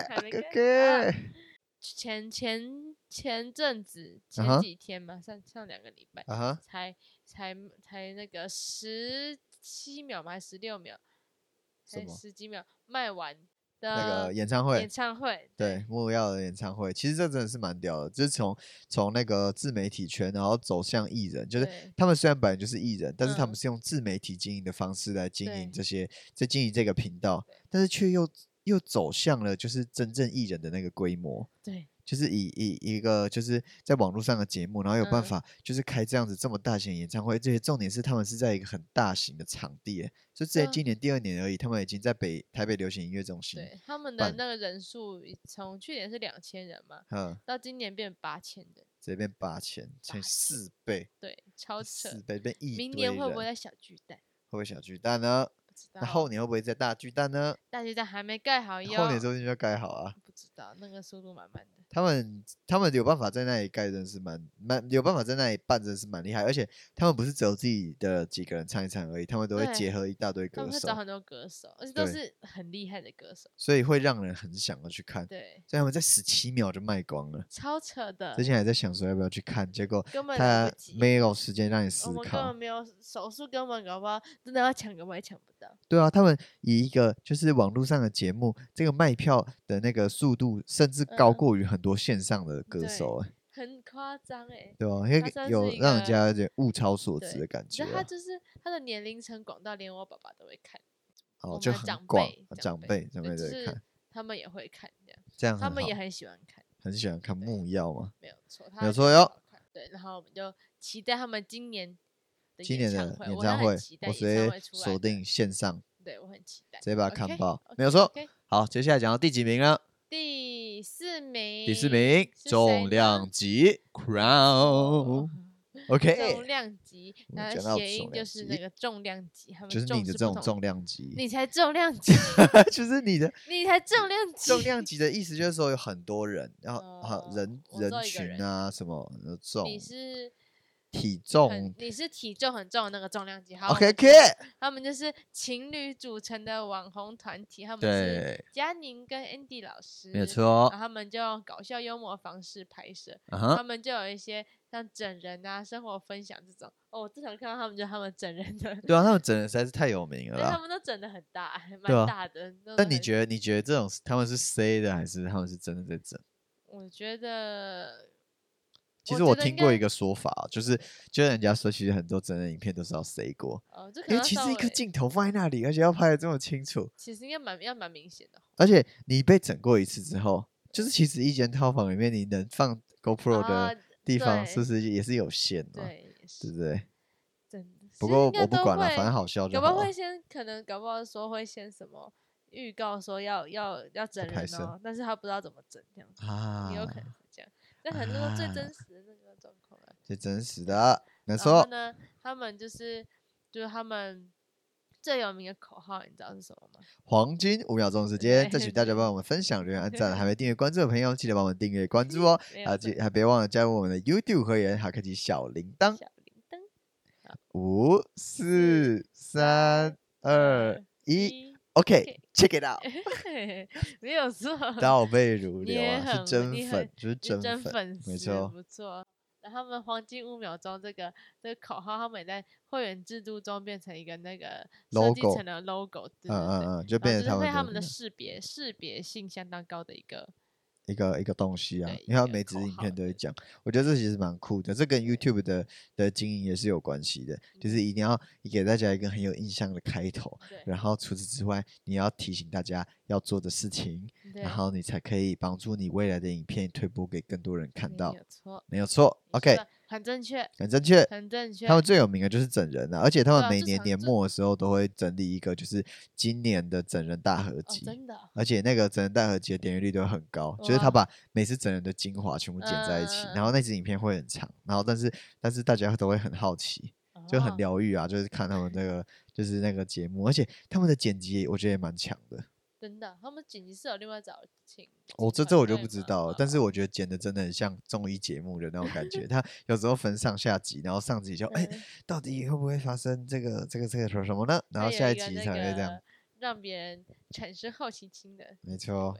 [SPEAKER 2] 还没
[SPEAKER 1] OK
[SPEAKER 2] 盖啊
[SPEAKER 1] OK，
[SPEAKER 2] 前前前阵子前
[SPEAKER 1] 嗯哼
[SPEAKER 2] 几天嘛，上上两个礼拜
[SPEAKER 1] 啊哈，
[SPEAKER 2] 才才才那个十七秒嘛，还是十六秒，
[SPEAKER 1] 什
[SPEAKER 2] 还
[SPEAKER 1] 么
[SPEAKER 2] 十几秒卖完的
[SPEAKER 1] 那个演唱会
[SPEAKER 2] 呃演。唱会，
[SPEAKER 1] 对木曜的演唱会，其实这真的是蛮屌的，就是从从那个自媒体圈，然后走向艺人，就是
[SPEAKER 2] 对
[SPEAKER 1] 他们虽然本来就是艺人，但是他们
[SPEAKER 2] 嗯
[SPEAKER 1] 是用自媒体经营的方式来经
[SPEAKER 2] 对
[SPEAKER 1] 营这些，在经营这个频道
[SPEAKER 2] 对，
[SPEAKER 1] 但是却又又走向了就是真正艺人的那个规模，
[SPEAKER 2] 对
[SPEAKER 1] 就是以以一个就是在网络上的节目，然后有办
[SPEAKER 2] 嗯
[SPEAKER 1] 法就是开这样子这么大型的演唱会，这些重点是他们是在一个很大型的场地耶，就直
[SPEAKER 2] 对
[SPEAKER 1] 接
[SPEAKER 2] 啊
[SPEAKER 1] 今年第二年而已，他们已经在北台北流行音乐中心，
[SPEAKER 2] 对，他们
[SPEAKER 1] 嗯
[SPEAKER 2] 的
[SPEAKER 1] 办
[SPEAKER 2] 那个人数从去年是两千人嘛，
[SPEAKER 1] 嗯，
[SPEAKER 2] 到今年变八千人，
[SPEAKER 1] 直接变八千乘以
[SPEAKER 2] 八千
[SPEAKER 1] 四倍，
[SPEAKER 2] 对，超扯。
[SPEAKER 1] 四倍变一
[SPEAKER 2] 明
[SPEAKER 1] 堆
[SPEAKER 2] 年会不
[SPEAKER 1] 人
[SPEAKER 2] 会在小巨蛋？
[SPEAKER 1] 会不会小巨蛋呢？
[SPEAKER 2] 不知道
[SPEAKER 1] 那，后年会不会在大巨蛋呢？
[SPEAKER 2] 大巨蛋还没盖好哟，
[SPEAKER 1] 后年说不定就要盖好啊。
[SPEAKER 2] 不知道，那个速度慢慢的。
[SPEAKER 1] 他们他们有办法在那里盖，真的是蛮蛮有办法在那里办，真的是蛮厉害。而且他们不是只有自己的几个人唱一唱而已，他们都会
[SPEAKER 2] 对
[SPEAKER 1] 结合一大堆
[SPEAKER 2] 他
[SPEAKER 1] 歌
[SPEAKER 2] 们会
[SPEAKER 1] 手
[SPEAKER 2] 找，很多歌手，而且都
[SPEAKER 1] 对
[SPEAKER 2] 是很厉害的歌手，
[SPEAKER 1] 所以会让人很想要去看。
[SPEAKER 2] 对，呃
[SPEAKER 1] 所以他们在十七秒就卖光了。
[SPEAKER 2] 超扯的
[SPEAKER 1] 之，前还在想说要不要去看，结果
[SPEAKER 2] 根本来
[SPEAKER 1] 他
[SPEAKER 2] 不及。
[SPEAKER 1] 没有时间让你
[SPEAKER 2] 我
[SPEAKER 1] 思
[SPEAKER 2] 们根
[SPEAKER 1] 考
[SPEAKER 2] 本。没有手术，根本搞不好真的要抢，搞不好也抢不到。
[SPEAKER 1] 对啊，他们以一个就是网络上的节目，这个卖票的那个速度，甚至高
[SPEAKER 2] 嗯
[SPEAKER 1] 过于很多线上的歌
[SPEAKER 2] 对
[SPEAKER 1] 手、欸，
[SPEAKER 2] 很夸张哎。
[SPEAKER 1] 对吧、啊？
[SPEAKER 2] 它
[SPEAKER 1] 因为
[SPEAKER 2] 算
[SPEAKER 1] 有
[SPEAKER 2] 是一
[SPEAKER 1] 让人
[SPEAKER 2] 个
[SPEAKER 1] 家有点物超所值
[SPEAKER 2] 对
[SPEAKER 1] 的感
[SPEAKER 2] 你知
[SPEAKER 1] 觉
[SPEAKER 2] 道他
[SPEAKER 1] 啊，
[SPEAKER 2] 就是他的年龄层广到连我爸爸都会看，我
[SPEAKER 1] 哦，
[SPEAKER 2] 们
[SPEAKER 1] 就
[SPEAKER 2] 的
[SPEAKER 1] 很
[SPEAKER 2] 长
[SPEAKER 1] 广
[SPEAKER 2] 辈
[SPEAKER 1] 啊，
[SPEAKER 2] 长
[SPEAKER 1] 长辈长
[SPEAKER 2] 对
[SPEAKER 1] 辈
[SPEAKER 2] 就
[SPEAKER 1] 在
[SPEAKER 2] 是
[SPEAKER 1] 看，
[SPEAKER 2] 他们也会看这样，
[SPEAKER 1] 这样
[SPEAKER 2] 他
[SPEAKER 1] 很
[SPEAKER 2] 们也
[SPEAKER 1] 好
[SPEAKER 2] 很喜欢看，
[SPEAKER 1] 很喜欢看
[SPEAKER 2] 对
[SPEAKER 1] 木曜嘛。
[SPEAKER 2] 没有错，他
[SPEAKER 1] 有
[SPEAKER 2] 们
[SPEAKER 1] 错
[SPEAKER 2] 觉得
[SPEAKER 1] 哟
[SPEAKER 2] 好看。对，然后我们就期待他们今年的
[SPEAKER 1] 今
[SPEAKER 2] 演
[SPEAKER 1] 年的演
[SPEAKER 2] 唱会，我也
[SPEAKER 1] 唱
[SPEAKER 2] 很
[SPEAKER 1] 会
[SPEAKER 2] 期，待
[SPEAKER 1] 我
[SPEAKER 2] 演
[SPEAKER 1] 直
[SPEAKER 2] 唱
[SPEAKER 1] 接
[SPEAKER 2] 会出来
[SPEAKER 1] 锁
[SPEAKER 2] 的，
[SPEAKER 1] 定线上，
[SPEAKER 2] 对我很期待，
[SPEAKER 1] 直接把它
[SPEAKER 2] OK，
[SPEAKER 1] 看爆。没
[SPEAKER 2] OK，
[SPEAKER 1] 有错。
[SPEAKER 2] OK，
[SPEAKER 1] 好，接下来讲到第几名呢？
[SPEAKER 2] 第四名，
[SPEAKER 1] 第四名，
[SPEAKER 2] 是谁
[SPEAKER 1] 重
[SPEAKER 2] 呢
[SPEAKER 1] 量级
[SPEAKER 2] 哦
[SPEAKER 1] Crown。
[SPEAKER 2] 重
[SPEAKER 1] OK，
[SPEAKER 2] 量级，
[SPEAKER 1] 我
[SPEAKER 2] 然
[SPEAKER 1] 哎讲
[SPEAKER 2] 后
[SPEAKER 1] 到
[SPEAKER 2] 谐
[SPEAKER 1] 重
[SPEAKER 2] 音就
[SPEAKER 1] 量
[SPEAKER 2] 是
[SPEAKER 1] 级
[SPEAKER 2] 那个重量级，他们
[SPEAKER 1] 就是
[SPEAKER 2] 重
[SPEAKER 1] 你的
[SPEAKER 2] 视
[SPEAKER 1] 这种
[SPEAKER 2] 不同
[SPEAKER 1] 重量级，
[SPEAKER 2] 你才重量级，
[SPEAKER 1] 就是你的
[SPEAKER 2] 你才重量级，
[SPEAKER 1] 重量级的意思就是说有很多人，然后
[SPEAKER 2] 哦
[SPEAKER 1] 好人
[SPEAKER 2] 我知
[SPEAKER 1] 人
[SPEAKER 2] 道一个
[SPEAKER 1] 群
[SPEAKER 2] 人
[SPEAKER 1] 啊什么呃重
[SPEAKER 2] 你是
[SPEAKER 1] 体
[SPEAKER 2] 很
[SPEAKER 1] 重。
[SPEAKER 2] 你是体重很重的那个重量级。好
[SPEAKER 1] OK
[SPEAKER 2] 我
[SPEAKER 1] OK，
[SPEAKER 2] 们就是他们就是情侣组成的网红团体，他们是
[SPEAKER 1] 对，
[SPEAKER 2] 佳宁跟 Andy 老师，
[SPEAKER 1] 没有。错哦
[SPEAKER 2] 然后。他们就用搞笑幽默方式拍摄，
[SPEAKER 1] 啊
[SPEAKER 2] 他
[SPEAKER 1] 哈，
[SPEAKER 2] 们就有一些像整人啊、生活分享这种。哦，我经常看到他们就他们整人的，
[SPEAKER 1] 对啊，他们整的实在是太有名了
[SPEAKER 2] 因为他
[SPEAKER 1] 啦。
[SPEAKER 2] 们都整的很大，还
[SPEAKER 1] 对啊
[SPEAKER 2] 蛮大的。那
[SPEAKER 1] 但你觉得，你觉得这种他们是 C 的，还是他们是真的在整？
[SPEAKER 2] 我觉得，
[SPEAKER 1] 其
[SPEAKER 2] 我
[SPEAKER 1] 实
[SPEAKER 2] 觉
[SPEAKER 1] 我
[SPEAKER 2] 得
[SPEAKER 1] 听
[SPEAKER 2] 应
[SPEAKER 1] 过
[SPEAKER 2] 该
[SPEAKER 1] 一个说法哦，就是就是人家说，其实很多真人影片都是要 C 过，
[SPEAKER 2] 哦，这可
[SPEAKER 1] 因为
[SPEAKER 2] 能要
[SPEAKER 1] 其
[SPEAKER 2] 稍
[SPEAKER 1] 实一个
[SPEAKER 2] 微
[SPEAKER 1] 镜头放在那里，而且要拍的这么清楚，
[SPEAKER 2] 其实应该蛮要蛮明显的。
[SPEAKER 1] 而且你被整过一次之后，就是其实一间套房里面你能放 GoPro
[SPEAKER 2] 啊
[SPEAKER 1] 的地方，是不
[SPEAKER 2] 对
[SPEAKER 1] 是也是有限嘛？
[SPEAKER 2] 对，也
[SPEAKER 1] 对
[SPEAKER 2] 是
[SPEAKER 1] 不对？
[SPEAKER 2] 真的。
[SPEAKER 1] 不
[SPEAKER 2] 其实
[SPEAKER 1] 过
[SPEAKER 2] 应该
[SPEAKER 1] 我不
[SPEAKER 2] 都
[SPEAKER 1] 管了，
[SPEAKER 2] 会
[SPEAKER 1] 反正好笑就
[SPEAKER 2] 搞
[SPEAKER 1] 好
[SPEAKER 2] 不好
[SPEAKER 1] 了
[SPEAKER 2] 会。先，可能搞不好说会先什么预告说要要要整
[SPEAKER 1] 拍
[SPEAKER 2] 人
[SPEAKER 1] 摄
[SPEAKER 2] 哦，但是他不知道怎么整这样子，
[SPEAKER 1] 啊
[SPEAKER 2] 也有可能是这样。但很多最
[SPEAKER 1] 啊
[SPEAKER 2] 真实的那个状况啊，
[SPEAKER 1] 最真实的，没
[SPEAKER 2] 然后
[SPEAKER 1] 错，
[SPEAKER 2] 呢，他们就是就是他们最有名的口号，你知道是什么吗？
[SPEAKER 1] 黄金五秒钟时间，争取大家帮 我们分享、留言、按赞，还没订阅关注的朋友，记得帮我们订阅关注哦
[SPEAKER 2] 没，有
[SPEAKER 1] 还
[SPEAKER 2] 错
[SPEAKER 1] 记还别忘了加入我们的 YouTube 会员，还可以及小铃铛。
[SPEAKER 2] 小铃铛
[SPEAKER 1] 五、四、三、二、一，OK，check、it out。
[SPEAKER 2] 没有错，
[SPEAKER 1] 倒背如
[SPEAKER 2] 你
[SPEAKER 1] 流
[SPEAKER 2] 也
[SPEAKER 1] 啊，是
[SPEAKER 2] 很
[SPEAKER 1] 真
[SPEAKER 2] 你很
[SPEAKER 1] 粉，就是
[SPEAKER 2] 是
[SPEAKER 1] 真
[SPEAKER 2] 真
[SPEAKER 1] 粉，
[SPEAKER 2] 粉
[SPEAKER 1] 没
[SPEAKER 2] 丝
[SPEAKER 1] 错。
[SPEAKER 2] 不错。然后他们黄金五秒钟这个这个口号，他们也在会员制度中变成一个那个设计
[SPEAKER 1] Logo
[SPEAKER 2] 成的 logo，对
[SPEAKER 1] 嗯
[SPEAKER 2] 对
[SPEAKER 1] 嗯
[SPEAKER 2] 对。
[SPEAKER 1] 嗯，就
[SPEAKER 2] 然
[SPEAKER 1] 变成
[SPEAKER 2] 后就是对
[SPEAKER 1] 他
[SPEAKER 2] 他
[SPEAKER 1] 们
[SPEAKER 2] 们的
[SPEAKER 1] 的
[SPEAKER 2] 识别识别性相当高的一个，
[SPEAKER 1] 一个一个东西啊
[SPEAKER 2] 对，
[SPEAKER 1] 因为
[SPEAKER 2] 一
[SPEAKER 1] 它
[SPEAKER 2] 个
[SPEAKER 1] 每支
[SPEAKER 2] 口
[SPEAKER 1] 影
[SPEAKER 2] 号
[SPEAKER 1] 片都会
[SPEAKER 2] 对
[SPEAKER 1] 讲，我觉得这其实蛮酷的，这跟 YouTube 的的经营也是有关系的，就是一定要给大家一个很有印象的开头，
[SPEAKER 2] 嗯对
[SPEAKER 1] 然后除此之外，你要提醒大家要做的事情，
[SPEAKER 2] 对，
[SPEAKER 1] 然后你才可以帮助你未来的影片推播给更多人看
[SPEAKER 2] 没
[SPEAKER 1] 到
[SPEAKER 2] 有，错
[SPEAKER 1] 没有错
[SPEAKER 2] 你说
[SPEAKER 1] ，OK，
[SPEAKER 2] 得很正确，
[SPEAKER 1] 很正确，
[SPEAKER 2] 很正确。
[SPEAKER 1] 他们最有名的就是整人了、而且他
[SPEAKER 2] 对
[SPEAKER 1] 们
[SPEAKER 2] 啊
[SPEAKER 1] 每
[SPEAKER 2] 这
[SPEAKER 1] 年
[SPEAKER 2] 常
[SPEAKER 1] 年
[SPEAKER 2] 这
[SPEAKER 1] 末的时候都会整理一个，就是今年的整人大合
[SPEAKER 2] 哦，
[SPEAKER 1] 集，
[SPEAKER 2] 真的哦
[SPEAKER 1] 而且那个整人大合集的点阅率都很高，就是他
[SPEAKER 2] 哇
[SPEAKER 1] 把每次整人的精华全部剪在一起，
[SPEAKER 2] 嗯嗯
[SPEAKER 1] 然后那支影片会很长，然后但是但是大家都会很好奇，就很
[SPEAKER 2] 哦
[SPEAKER 1] 疗愈啊，就是看他们那个就是那个节目，而且他们的剪辑我觉得也蛮强的，
[SPEAKER 2] 真的，他们紧急是有另外找请。
[SPEAKER 1] 我、
[SPEAKER 2] 请
[SPEAKER 1] 哦这
[SPEAKER 2] 团
[SPEAKER 1] 这我就
[SPEAKER 2] 队
[SPEAKER 1] 不知
[SPEAKER 2] 吗
[SPEAKER 1] 道了，但是
[SPEAKER 2] 哦
[SPEAKER 1] 我觉得剪的真的很像综艺节目的那种感觉， 他有时候分上下集，然后上集就哎、
[SPEAKER 2] 嗯
[SPEAKER 1] 到底会不会发生这个这个这个什么什么呢？然
[SPEAKER 2] 它
[SPEAKER 1] 后
[SPEAKER 2] 有
[SPEAKER 1] 下一
[SPEAKER 2] 个
[SPEAKER 1] 集
[SPEAKER 2] 那
[SPEAKER 1] 才会这样
[SPEAKER 2] 个，让别人产生好奇心的
[SPEAKER 1] 没
[SPEAKER 2] 机
[SPEAKER 1] 错
[SPEAKER 2] 会，，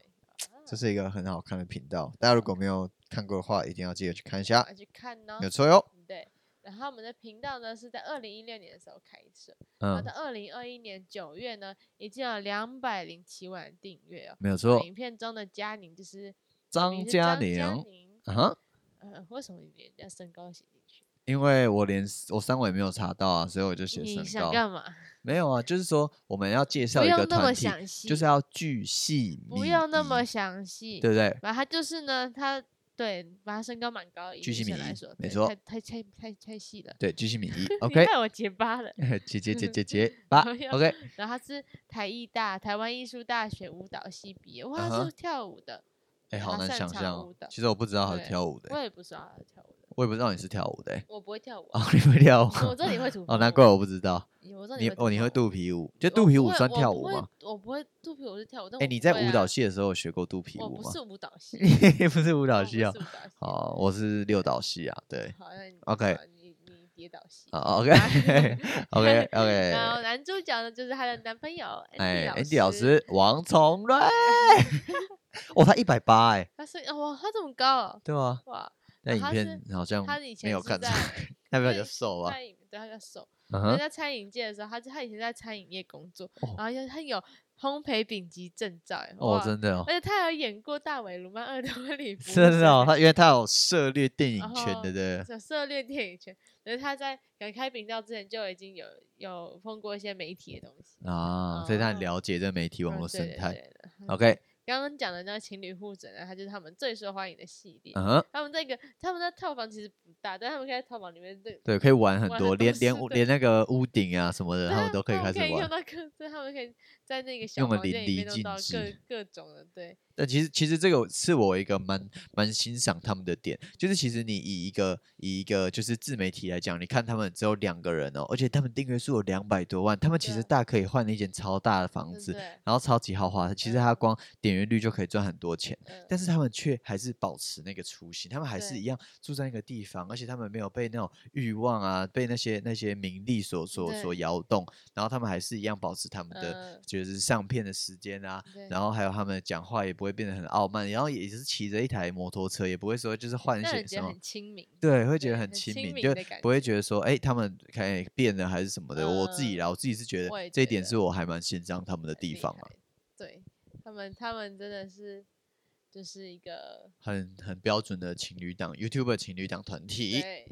[SPEAKER 1] 这
[SPEAKER 2] 啊
[SPEAKER 1] 是一个很好看的频道，大家如果没有看过的话，一定要记得去看一下
[SPEAKER 2] 赶快，去看呢嗯
[SPEAKER 1] 没。有错哟。
[SPEAKER 2] 对，然后我们的频道呢是在二零一六年的时候开设，然后
[SPEAKER 1] 嗯
[SPEAKER 2] 到，二零二一年九月呢，已经有两百零七万的订阅哦。
[SPEAKER 1] 没有
[SPEAKER 2] 那
[SPEAKER 1] 错，
[SPEAKER 2] 影片中的佳宁就是
[SPEAKER 1] 张
[SPEAKER 2] 名是
[SPEAKER 1] 嘉
[SPEAKER 2] 张
[SPEAKER 1] 宁
[SPEAKER 2] 宁，
[SPEAKER 1] 啊哈，
[SPEAKER 2] 呃，为什么你连人家身高写进去？
[SPEAKER 1] 因为我连我三围没有查到啊，所以我就写
[SPEAKER 2] 你
[SPEAKER 1] 身
[SPEAKER 2] 想
[SPEAKER 1] 高。
[SPEAKER 2] 干嘛？
[SPEAKER 1] 没有啊，就是说我们要介绍
[SPEAKER 2] 不
[SPEAKER 1] 一
[SPEAKER 2] 用
[SPEAKER 1] 个
[SPEAKER 2] 那么
[SPEAKER 1] 团体，
[SPEAKER 2] 详细，
[SPEAKER 1] 就是要巨细靡遗，
[SPEAKER 2] 不要那么详细，
[SPEAKER 1] 对不对？
[SPEAKER 2] 反正他就是呢，他对，反正身高蛮高，以
[SPEAKER 1] 居
[SPEAKER 2] 女
[SPEAKER 1] 心
[SPEAKER 2] 生
[SPEAKER 1] 迷
[SPEAKER 2] 来
[SPEAKER 1] 疑
[SPEAKER 2] 说，
[SPEAKER 1] 没
[SPEAKER 2] 对
[SPEAKER 1] 错
[SPEAKER 2] 太太太太太细了。
[SPEAKER 1] 对，巨细靡 遗。
[SPEAKER 2] 你
[SPEAKER 1] OK，
[SPEAKER 2] 看我结巴了。
[SPEAKER 1] 姐姐姐姐姐 八
[SPEAKER 2] 不要
[SPEAKER 1] ，OK，
[SPEAKER 2] 然后他是台艺大台湾艺术大学舞蹈系毕业，哇，
[SPEAKER 1] 啊
[SPEAKER 2] 他
[SPEAKER 1] 哈
[SPEAKER 2] 是跳舞的，
[SPEAKER 1] 哎，
[SPEAKER 2] 然
[SPEAKER 1] 好
[SPEAKER 2] 后
[SPEAKER 1] 难
[SPEAKER 2] 擅
[SPEAKER 1] 想
[SPEAKER 2] 长
[SPEAKER 1] 象
[SPEAKER 2] 舞
[SPEAKER 1] 哦
[SPEAKER 2] 蹈。
[SPEAKER 1] 其实我不知道他是
[SPEAKER 2] 对
[SPEAKER 1] 跳舞的
[SPEAKER 2] 我
[SPEAKER 1] 欸，
[SPEAKER 2] 也不知道他是跳舞的。
[SPEAKER 1] 我也不知道你是跳舞的、欸。
[SPEAKER 2] 我不会跳舞啊、
[SPEAKER 1] 哦，你会跳舞？
[SPEAKER 2] 我知道你会吐
[SPEAKER 1] 哦，难怪我不知道。
[SPEAKER 2] 我知道
[SPEAKER 1] 你
[SPEAKER 2] 会
[SPEAKER 1] 哦，你会
[SPEAKER 2] 肚
[SPEAKER 1] 肚皮舞？就肚皮舞算跳舞
[SPEAKER 2] 吗
[SPEAKER 1] 吗？？
[SPEAKER 2] 我不会肚皮舞是跳舞，但
[SPEAKER 1] 哎、
[SPEAKER 2] 我
[SPEAKER 1] 你
[SPEAKER 2] 不
[SPEAKER 1] 在舞
[SPEAKER 2] 会啊
[SPEAKER 1] 蹈系的时候有学过肚皮
[SPEAKER 2] 我
[SPEAKER 1] 舞
[SPEAKER 2] 不
[SPEAKER 1] 吗？
[SPEAKER 2] 是舞蹈系，
[SPEAKER 1] 你 不是舞
[SPEAKER 2] 我
[SPEAKER 1] 蹈
[SPEAKER 2] 不
[SPEAKER 1] 系哦
[SPEAKER 2] 是。舞蹈系
[SPEAKER 1] 好，我是六导系啊，对。
[SPEAKER 2] 好，那你
[SPEAKER 1] OK
[SPEAKER 2] 好你你跌倒戏。
[SPEAKER 1] 啊，OK OK
[SPEAKER 2] 然
[SPEAKER 1] OK，
[SPEAKER 2] 后男主角呢，就是她的男朋友
[SPEAKER 1] 哎
[SPEAKER 2] Andy
[SPEAKER 1] ，Andy 老师，王重 瑞，哦，他一百八哎，
[SPEAKER 2] 他是哦哇，他这么高哦、
[SPEAKER 1] 对吗？
[SPEAKER 2] 哇，
[SPEAKER 1] 那影
[SPEAKER 2] 哦他
[SPEAKER 1] 片好像
[SPEAKER 2] 他以前
[SPEAKER 1] 没有
[SPEAKER 2] 是
[SPEAKER 1] 看
[SPEAKER 2] 在
[SPEAKER 1] 出来，那边
[SPEAKER 2] 在
[SPEAKER 1] 比较瘦吧？
[SPEAKER 2] 餐饮对他比较瘦，
[SPEAKER 1] 嗯
[SPEAKER 2] 他
[SPEAKER 1] 哼，
[SPEAKER 2] 在餐饮界的时候，他他以前在餐饮业工作，
[SPEAKER 1] 哦
[SPEAKER 2] 然后又他有烘焙丙级证照哎，
[SPEAKER 1] 哦
[SPEAKER 2] 哇，
[SPEAKER 1] 真的哦，
[SPEAKER 2] 而且他还有演过大尾鲁曼二的婚礼服务
[SPEAKER 1] 真的哦，
[SPEAKER 2] 生
[SPEAKER 1] 他因为他有涉猎电影圈
[SPEAKER 2] 后
[SPEAKER 1] 的，对不对，
[SPEAKER 2] 有涉猎电影圈，可是他在有开频道之前就已经有有碰过一些媒体的东西，
[SPEAKER 1] 啊，所以他很
[SPEAKER 2] 哦
[SPEAKER 1] 了解这媒体网
[SPEAKER 2] 嗯
[SPEAKER 1] 络
[SPEAKER 2] 对
[SPEAKER 1] 生
[SPEAKER 2] 的
[SPEAKER 1] 态。
[SPEAKER 2] 对嗯的
[SPEAKER 1] OK，
[SPEAKER 2] 刚刚讲的那个情侣互整呢，它就是他们最受欢迎的系列。
[SPEAKER 1] 嗯哼，
[SPEAKER 2] 他们那个他们的套房其实不大，但他们可以在套房里面这
[SPEAKER 1] 对，可以玩很
[SPEAKER 2] 玩
[SPEAKER 1] 多，
[SPEAKER 2] 很多
[SPEAKER 1] 连连
[SPEAKER 2] 事
[SPEAKER 1] 屋
[SPEAKER 2] 对
[SPEAKER 1] 连那个屋顶啊什么的，
[SPEAKER 2] 对
[SPEAKER 1] 他
[SPEAKER 2] 啊
[SPEAKER 1] 们都 可以开
[SPEAKER 2] 他们
[SPEAKER 1] 始
[SPEAKER 2] 可以
[SPEAKER 1] 玩
[SPEAKER 2] 用。到各，对，他们可以在那个
[SPEAKER 1] 因
[SPEAKER 2] 小
[SPEAKER 1] 为我们
[SPEAKER 2] 房间
[SPEAKER 1] 淋
[SPEAKER 2] 里面
[SPEAKER 1] 漓
[SPEAKER 2] 弄
[SPEAKER 1] 尽
[SPEAKER 2] 到各
[SPEAKER 1] 致
[SPEAKER 2] 各种的， 对，
[SPEAKER 1] 但其实其实这个是我一个蛮蛮欣赏他们的点，就是其实你以一个以一个就是自媒体来讲，你看他们只有两个人哦，而且他们订阅数有两百多万，他们其
[SPEAKER 2] 对
[SPEAKER 1] 实大可以换一间超大的房
[SPEAKER 2] 对不
[SPEAKER 1] 子，
[SPEAKER 2] 对？
[SPEAKER 1] 然后超级豪华，其实
[SPEAKER 2] 嗯
[SPEAKER 1] 他光点阅率就可以赚很多钱。
[SPEAKER 2] 嗯
[SPEAKER 1] 但是他们却还是保持那个初心，他们还是
[SPEAKER 2] 对
[SPEAKER 1] 一样住在那个地方，而且他们没有被那种欲望啊，被那些那些名利所所所
[SPEAKER 2] 对
[SPEAKER 1] 摇动，然后他们还是一样保持他们的
[SPEAKER 2] 嗯
[SPEAKER 1] 就是上片的时间啊，
[SPEAKER 2] 对
[SPEAKER 1] 然后还有他们讲话也不会变得很傲慢，然后也是骑着一台摩托车，也不会说就是换一
[SPEAKER 2] 让
[SPEAKER 1] 些
[SPEAKER 2] 人觉
[SPEAKER 1] 什
[SPEAKER 2] 得
[SPEAKER 1] 么
[SPEAKER 2] 很。亲民，
[SPEAKER 1] 对，会觉得
[SPEAKER 2] 对
[SPEAKER 1] 很
[SPEAKER 2] 很
[SPEAKER 1] 亲
[SPEAKER 2] 亲
[SPEAKER 1] 民，
[SPEAKER 2] 民
[SPEAKER 1] 就
[SPEAKER 2] 的感
[SPEAKER 1] 不会
[SPEAKER 2] 觉
[SPEAKER 1] 觉得说，哎、他们可以变了还是什么的。我自己
[SPEAKER 2] 嗯
[SPEAKER 1] 啦，我自己是觉
[SPEAKER 2] 我
[SPEAKER 1] 得
[SPEAKER 2] 也
[SPEAKER 1] 这一
[SPEAKER 2] 觉
[SPEAKER 1] 点
[SPEAKER 2] 得
[SPEAKER 1] 是我还蛮欣赏他们的
[SPEAKER 2] 很
[SPEAKER 1] 地
[SPEAKER 2] 厉
[SPEAKER 1] 方啊，
[SPEAKER 2] 害，对他们他们真的是就是一个
[SPEAKER 1] 很很标准的情侣档 YouTuber 情侣档团体，
[SPEAKER 2] 对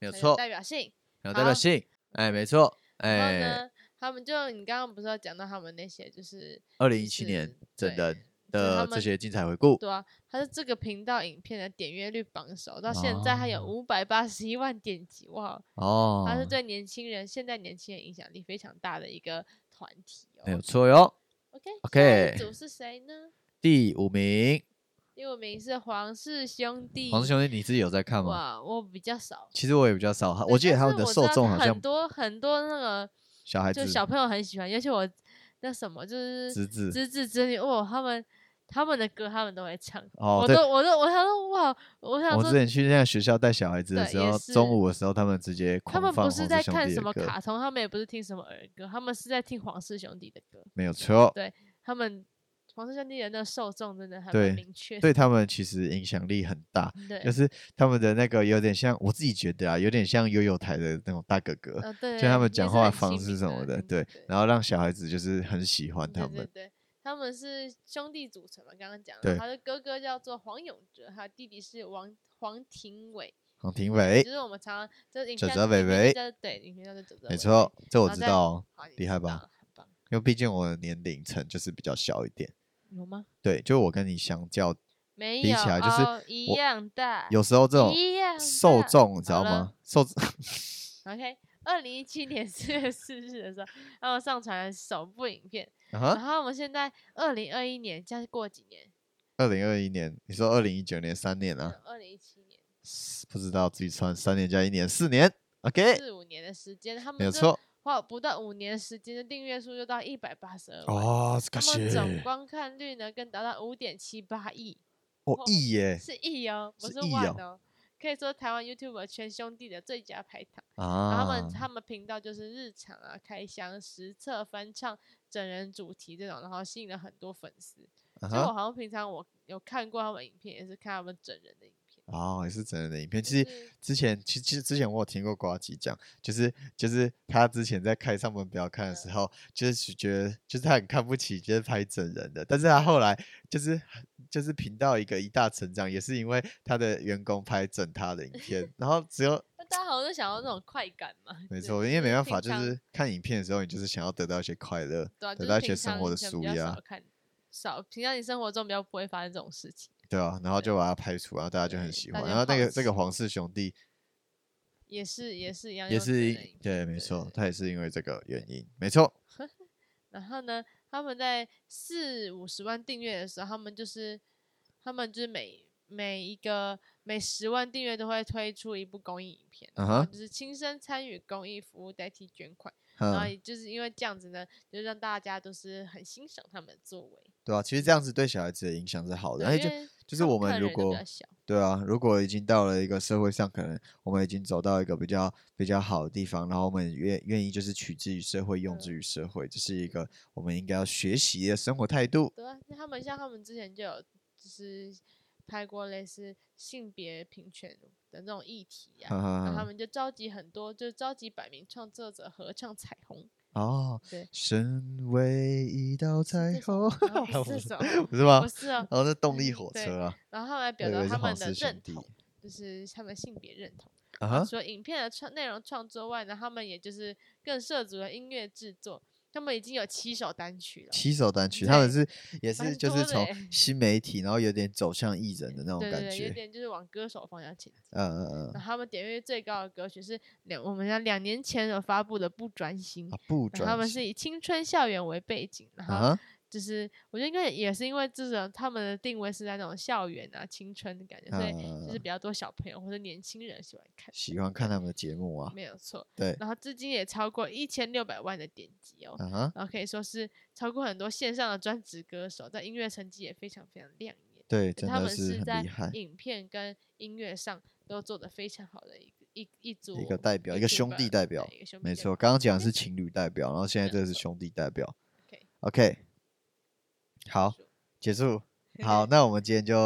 [SPEAKER 1] 没有
[SPEAKER 2] 很
[SPEAKER 1] 错。
[SPEAKER 2] 代表性。
[SPEAKER 1] 有代表
[SPEAKER 2] 好
[SPEAKER 1] 性。哎，没错。
[SPEAKER 2] 然后
[SPEAKER 1] 哎，
[SPEAKER 2] 呢，他们就你刚刚不是有讲到他们那些就是
[SPEAKER 1] 二
[SPEAKER 2] 就
[SPEAKER 1] 零一七年
[SPEAKER 2] 是
[SPEAKER 1] 整
[SPEAKER 2] 对
[SPEAKER 1] 人
[SPEAKER 2] 他
[SPEAKER 1] 的
[SPEAKER 2] 们
[SPEAKER 1] 这些精彩回顾，
[SPEAKER 2] 对啊，他是这个频道影片的点阅率榜首，到现在还有五百八十一万点击，哇！
[SPEAKER 1] 哦，
[SPEAKER 2] 他是对年轻人，现在年轻人影响力非常大的一个团体
[SPEAKER 1] 没有
[SPEAKER 2] 哦。
[SPEAKER 1] 错哟。
[SPEAKER 2] OK
[SPEAKER 1] OK
[SPEAKER 2] 组是谁呢？
[SPEAKER 1] 第五名，
[SPEAKER 2] 第五名是黄氏兄弟。
[SPEAKER 1] 黄氏兄弟，你自己有在看吗？
[SPEAKER 2] 哇，我比较少。
[SPEAKER 1] 其实我也比较少，
[SPEAKER 2] 对
[SPEAKER 1] 我记得
[SPEAKER 2] 但
[SPEAKER 1] 他们
[SPEAKER 2] 是
[SPEAKER 1] 的
[SPEAKER 2] 我知
[SPEAKER 1] 受
[SPEAKER 2] 道
[SPEAKER 1] 众好像
[SPEAKER 2] 很多很多那个，
[SPEAKER 1] 小孩
[SPEAKER 2] 就
[SPEAKER 1] 子、
[SPEAKER 2] 小朋友很喜欢，尤其我那什么就是
[SPEAKER 1] 侄子。
[SPEAKER 2] 侄子侄女，哇，哦他们他们的歌他们都会唱，
[SPEAKER 1] 哦，
[SPEAKER 2] 我
[SPEAKER 1] 对
[SPEAKER 2] 都，我都我想说哇，我想
[SPEAKER 1] 我
[SPEAKER 2] 说
[SPEAKER 1] 之前去那个学校带小孩子的
[SPEAKER 2] 对
[SPEAKER 1] 时
[SPEAKER 2] 也
[SPEAKER 1] 候，
[SPEAKER 2] 是
[SPEAKER 1] 中午的时候，他们直接
[SPEAKER 2] 他
[SPEAKER 1] 狂
[SPEAKER 2] 们
[SPEAKER 1] 放
[SPEAKER 2] 不
[SPEAKER 1] 黄
[SPEAKER 2] 是
[SPEAKER 1] 氏
[SPEAKER 2] 在
[SPEAKER 1] 兄
[SPEAKER 2] 看
[SPEAKER 1] 弟
[SPEAKER 2] 什
[SPEAKER 1] 的
[SPEAKER 2] 么
[SPEAKER 1] 歌
[SPEAKER 2] 卡通，他们也不是听什么儿歌，他们是在听黄氏兄弟的歌。
[SPEAKER 1] 没有错。
[SPEAKER 2] 对他们黄氏兄弟的那个受众真的还
[SPEAKER 1] 对
[SPEAKER 2] 蛮明确的，
[SPEAKER 1] 对他们其实影响力很大，
[SPEAKER 2] 对，
[SPEAKER 1] 就是他们的那个有点像，我自己觉得啊，有点像悠悠台的那种大哥哥。
[SPEAKER 2] 呃对，
[SPEAKER 1] 就他们
[SPEAKER 2] 也
[SPEAKER 1] 讲
[SPEAKER 2] 是
[SPEAKER 1] 话
[SPEAKER 2] 很
[SPEAKER 1] 方
[SPEAKER 2] 亲
[SPEAKER 1] 式
[SPEAKER 2] 民
[SPEAKER 1] 什么的，
[SPEAKER 2] 嗯
[SPEAKER 1] 对，然后让小孩子就是很喜欢他
[SPEAKER 2] 对对
[SPEAKER 1] 们，
[SPEAKER 2] 对，他们是兄弟组成嘛，刚刚讲
[SPEAKER 1] 对
[SPEAKER 2] 了，他的哥哥叫做黄永哲，他弟弟是王黄廷伟，
[SPEAKER 1] 黄庭伟
[SPEAKER 2] 就，是我们常常就是影
[SPEAKER 1] 哲
[SPEAKER 2] 片
[SPEAKER 1] 哲
[SPEAKER 2] 影
[SPEAKER 1] 伟
[SPEAKER 2] 片
[SPEAKER 1] 伟
[SPEAKER 2] 叫对，影片叫做哲哲伟
[SPEAKER 1] 没
[SPEAKER 2] 伟
[SPEAKER 1] 错，，这我
[SPEAKER 2] 然后
[SPEAKER 1] 知
[SPEAKER 2] 再
[SPEAKER 1] 道哦，
[SPEAKER 2] 好你
[SPEAKER 1] 厉
[SPEAKER 2] 知
[SPEAKER 1] 害
[SPEAKER 2] 道
[SPEAKER 1] 吧
[SPEAKER 2] 了？很棒，
[SPEAKER 1] 因为毕竟我的年龄层就是比较小一点，
[SPEAKER 2] 有吗？
[SPEAKER 1] 对，就我跟你相较，
[SPEAKER 2] 没有，
[SPEAKER 1] 比起来就是
[SPEAKER 2] 哦、一
[SPEAKER 1] 我
[SPEAKER 2] 样大，
[SPEAKER 1] 有时候这种
[SPEAKER 2] 啊一样
[SPEAKER 1] 受
[SPEAKER 2] 大
[SPEAKER 1] 众你知道
[SPEAKER 2] 好了
[SPEAKER 1] 吗？受众
[SPEAKER 2] OK，二零一七年四月四日的时候，他们上传了首部影片，然
[SPEAKER 1] 啊，
[SPEAKER 2] 后我们现在二零二一年，这样过几年？
[SPEAKER 1] 二零二一年，你说二零一九年三年啊，
[SPEAKER 2] 二零一七年
[SPEAKER 1] 不知道自己算三年加一年四年，OK，
[SPEAKER 2] 四五年的时间，他
[SPEAKER 1] 没有
[SPEAKER 2] 们就
[SPEAKER 1] 错，
[SPEAKER 2] 花不到五年的时间，的订阅数就到一百八十二万。
[SPEAKER 1] 哦，这
[SPEAKER 2] 他
[SPEAKER 1] 个
[SPEAKER 2] 们总
[SPEAKER 1] 是
[SPEAKER 2] 观看率呢，更达到五点七八亿，
[SPEAKER 1] 哦亿耶
[SPEAKER 2] 是亿哦，不
[SPEAKER 1] 是
[SPEAKER 2] 是
[SPEAKER 1] 亿
[SPEAKER 2] 万
[SPEAKER 1] 哦
[SPEAKER 2] 哦，可以说台湾 YouTube 圈兄弟的最佳排行。然后他
[SPEAKER 1] 啊
[SPEAKER 2] 们，他们频道就是日常啊、开箱、实测、翻唱、整人主题这种，然后吸引了很多粉丝。
[SPEAKER 1] 啊
[SPEAKER 2] 所以我
[SPEAKER 1] 哈，
[SPEAKER 2] 好像平常我有看过他们影片，也是看他们整人的影片。
[SPEAKER 1] 哦，也是真人的影片，
[SPEAKER 2] 就
[SPEAKER 1] 其实。
[SPEAKER 2] 是
[SPEAKER 1] 之前其其实之前我有听过瓜吉讲，就是就是他之前在开上门不要看
[SPEAKER 2] 嗯
[SPEAKER 1] 的时候，就是觉得就是他很看不起就是拍整人的，但是他后来就是就是频道一个一大成长，也是因为他的员工拍整他的影片，然后只有
[SPEAKER 2] 那大家好像都想要那种快感嘛。
[SPEAKER 1] 没
[SPEAKER 2] 对
[SPEAKER 1] 错，因为没办法，
[SPEAKER 2] 平
[SPEAKER 1] 就
[SPEAKER 2] 常
[SPEAKER 1] 是看影片的时候，你就是想要得到一些快乐，
[SPEAKER 2] 对啊，就
[SPEAKER 1] 得
[SPEAKER 2] 是
[SPEAKER 1] 到一些
[SPEAKER 2] 平
[SPEAKER 1] 生
[SPEAKER 2] 常
[SPEAKER 1] 活的
[SPEAKER 2] 以前比
[SPEAKER 1] 舒
[SPEAKER 2] 较
[SPEAKER 1] 压
[SPEAKER 2] 少，看少，平常你生活中比较不会发生这种事情，
[SPEAKER 1] 对啊，然后
[SPEAKER 2] 对
[SPEAKER 1] 就把它拍出来，然后大家就很
[SPEAKER 2] 对
[SPEAKER 1] 喜
[SPEAKER 2] 大
[SPEAKER 1] 欢，
[SPEAKER 2] 家
[SPEAKER 1] 然后那
[SPEAKER 2] 好
[SPEAKER 1] 个这个
[SPEAKER 2] 奇
[SPEAKER 1] 黄氏兄弟
[SPEAKER 2] 也是也是一样
[SPEAKER 1] 也
[SPEAKER 2] 用整人
[SPEAKER 1] 是
[SPEAKER 2] 影片。
[SPEAKER 1] 因对，没错
[SPEAKER 2] 对，
[SPEAKER 1] 他也是因为这个原因，没错。
[SPEAKER 2] 然后呢，他们在四五十万订阅的时候，他们就是他们就是每每一个每十万订阅都会推出一部公益影片，
[SPEAKER 1] 啊
[SPEAKER 2] 然后
[SPEAKER 1] 哈
[SPEAKER 2] 就是亲身参与公益服务代替捐款，然后
[SPEAKER 1] 嗯，
[SPEAKER 2] 也就是因为这样子呢，就让大家都是很欣赏他们的作为。
[SPEAKER 1] 对啊，其实这样子对小孩子的影响是好的，而
[SPEAKER 2] 对，
[SPEAKER 1] 且
[SPEAKER 2] 因为
[SPEAKER 1] 就是
[SPEAKER 2] 他
[SPEAKER 1] 我
[SPEAKER 2] 客
[SPEAKER 1] 们如
[SPEAKER 2] 人都比
[SPEAKER 1] 果
[SPEAKER 2] 较小
[SPEAKER 1] 对啊，如果已经到了一个社会上，可能我们已经走到一个比较比较好的地方，然后我们愿愿意就是取之于社会，用
[SPEAKER 2] 嗯
[SPEAKER 1] 之于社会，这是一个我们应该要学习的生活态度。
[SPEAKER 2] 对啊，那他们像他们之前就有就是拍过类似性别平权的那种议题啊，
[SPEAKER 1] 哈哈
[SPEAKER 2] 然后他
[SPEAKER 1] 哈
[SPEAKER 2] 们就召集很多，就召集百名创作者合唱《彩虹》。
[SPEAKER 1] 哦
[SPEAKER 2] 对，
[SPEAKER 1] 身为一道彩
[SPEAKER 2] 这首
[SPEAKER 1] 虹，
[SPEAKER 2] 然后不是这 首
[SPEAKER 1] 不是吗
[SPEAKER 2] 不？是哦，
[SPEAKER 1] 然后是动力
[SPEAKER 2] 嗯
[SPEAKER 1] 火
[SPEAKER 2] 对
[SPEAKER 1] 车啊，
[SPEAKER 2] 然后他们来表
[SPEAKER 1] 我以
[SPEAKER 2] 达
[SPEAKER 1] 为是
[SPEAKER 2] 他们
[SPEAKER 1] 黄
[SPEAKER 2] 的
[SPEAKER 1] 氏兄
[SPEAKER 2] 认
[SPEAKER 1] 弟
[SPEAKER 2] 同，就是他们性别认同。
[SPEAKER 1] 啊哈，
[SPEAKER 2] 除了影片的创内容创作外呢，他们也就是更涉足了音乐制作，他们已经有七首单曲了。
[SPEAKER 1] 七首单曲，他们
[SPEAKER 2] 对
[SPEAKER 1] 是也是
[SPEAKER 2] 蛮
[SPEAKER 1] 就
[SPEAKER 2] 多
[SPEAKER 1] 是
[SPEAKER 2] 的
[SPEAKER 1] 从
[SPEAKER 2] 欸
[SPEAKER 1] 新媒体，然后有点走向艺人的那种
[SPEAKER 2] 对
[SPEAKER 1] 感
[SPEAKER 2] 对对，有
[SPEAKER 1] 觉，
[SPEAKER 2] 点就是往歌手方向前进。
[SPEAKER 1] 嗯嗯嗯
[SPEAKER 2] 然，后他们点阅率最高的歌曲是两我们家两年前有发布的《不专心》
[SPEAKER 1] 啊，不
[SPEAKER 2] 然后他
[SPEAKER 1] 专
[SPEAKER 2] 们
[SPEAKER 1] 心
[SPEAKER 2] 是以青春校园为背景，然后
[SPEAKER 1] 啊哈，
[SPEAKER 2] 就是我觉得应该也是因为这种他们的定位是在那种校园啊青春的感觉，所以就是
[SPEAKER 1] 嗯
[SPEAKER 2] 比较多小朋友或者年轻人喜欢看，
[SPEAKER 1] 喜欢看他们的节目啊，
[SPEAKER 2] 没有错。
[SPEAKER 1] 对，
[SPEAKER 2] 然后至今也超过一千六百万的点击哦，
[SPEAKER 1] 啊哈，
[SPEAKER 2] 然后可以说是超过很多线上的专职歌手，在音乐成绩也非常非常亮眼。
[SPEAKER 1] 对，真
[SPEAKER 2] 他
[SPEAKER 1] 的
[SPEAKER 2] 们
[SPEAKER 1] 是
[SPEAKER 2] 在
[SPEAKER 1] 很厉害，
[SPEAKER 2] 影片跟音乐上都做得非常好的一个一一组
[SPEAKER 1] 一个代表一个兄弟
[SPEAKER 2] YouTuber，
[SPEAKER 1] 代
[SPEAKER 2] 对
[SPEAKER 1] 表
[SPEAKER 2] 一个兄弟
[SPEAKER 1] 没
[SPEAKER 2] 代
[SPEAKER 1] 错，
[SPEAKER 2] 表
[SPEAKER 1] 刚刚讲的
[SPEAKER 2] 哎
[SPEAKER 1] 是情侣代表，然后现在
[SPEAKER 2] 没
[SPEAKER 1] 这
[SPEAKER 2] 有
[SPEAKER 1] 个是
[SPEAKER 2] 错
[SPEAKER 1] 兄弟代表
[SPEAKER 2] OK，
[SPEAKER 1] ，OK，好，结 束，好，那我们今天就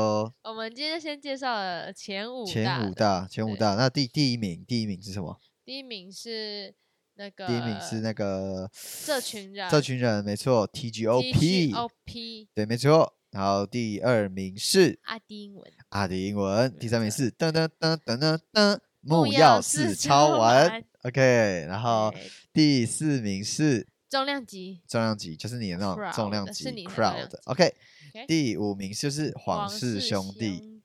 [SPEAKER 2] 我们今天先介绍了前五大
[SPEAKER 1] 前五
[SPEAKER 2] 的
[SPEAKER 1] 大，前五
[SPEAKER 2] 对
[SPEAKER 1] 大，那第第一名，第一名是什么？
[SPEAKER 2] 第一名是那个
[SPEAKER 1] 第一名是那个
[SPEAKER 2] 呃这群人，
[SPEAKER 1] 这群人，没错
[SPEAKER 2] O
[SPEAKER 1] ，TGOP，
[SPEAKER 2] P
[SPEAKER 1] 对，没错。然后第二名是
[SPEAKER 2] 阿迪英文
[SPEAKER 1] 阿迪英文，第三名
[SPEAKER 2] 错
[SPEAKER 1] 是噔噔噔噔噔噔木
[SPEAKER 2] 木
[SPEAKER 1] 曜
[SPEAKER 2] 曜
[SPEAKER 1] 四
[SPEAKER 2] 四
[SPEAKER 1] 超
[SPEAKER 2] 超
[SPEAKER 1] 玩
[SPEAKER 2] 玩
[SPEAKER 1] ，OK。然后
[SPEAKER 2] 对
[SPEAKER 1] 第四名是
[SPEAKER 2] 重量级
[SPEAKER 1] 重量级，就是你的那种重
[SPEAKER 2] Crowd，呃
[SPEAKER 1] 量
[SPEAKER 2] 是
[SPEAKER 1] 级
[SPEAKER 2] 你的重量
[SPEAKER 1] crowd
[SPEAKER 2] 级。
[SPEAKER 1] OK，
[SPEAKER 2] OK
[SPEAKER 1] 第五名就是皇
[SPEAKER 2] 皇
[SPEAKER 1] 室
[SPEAKER 2] 室
[SPEAKER 1] 兄弟。
[SPEAKER 2] 弟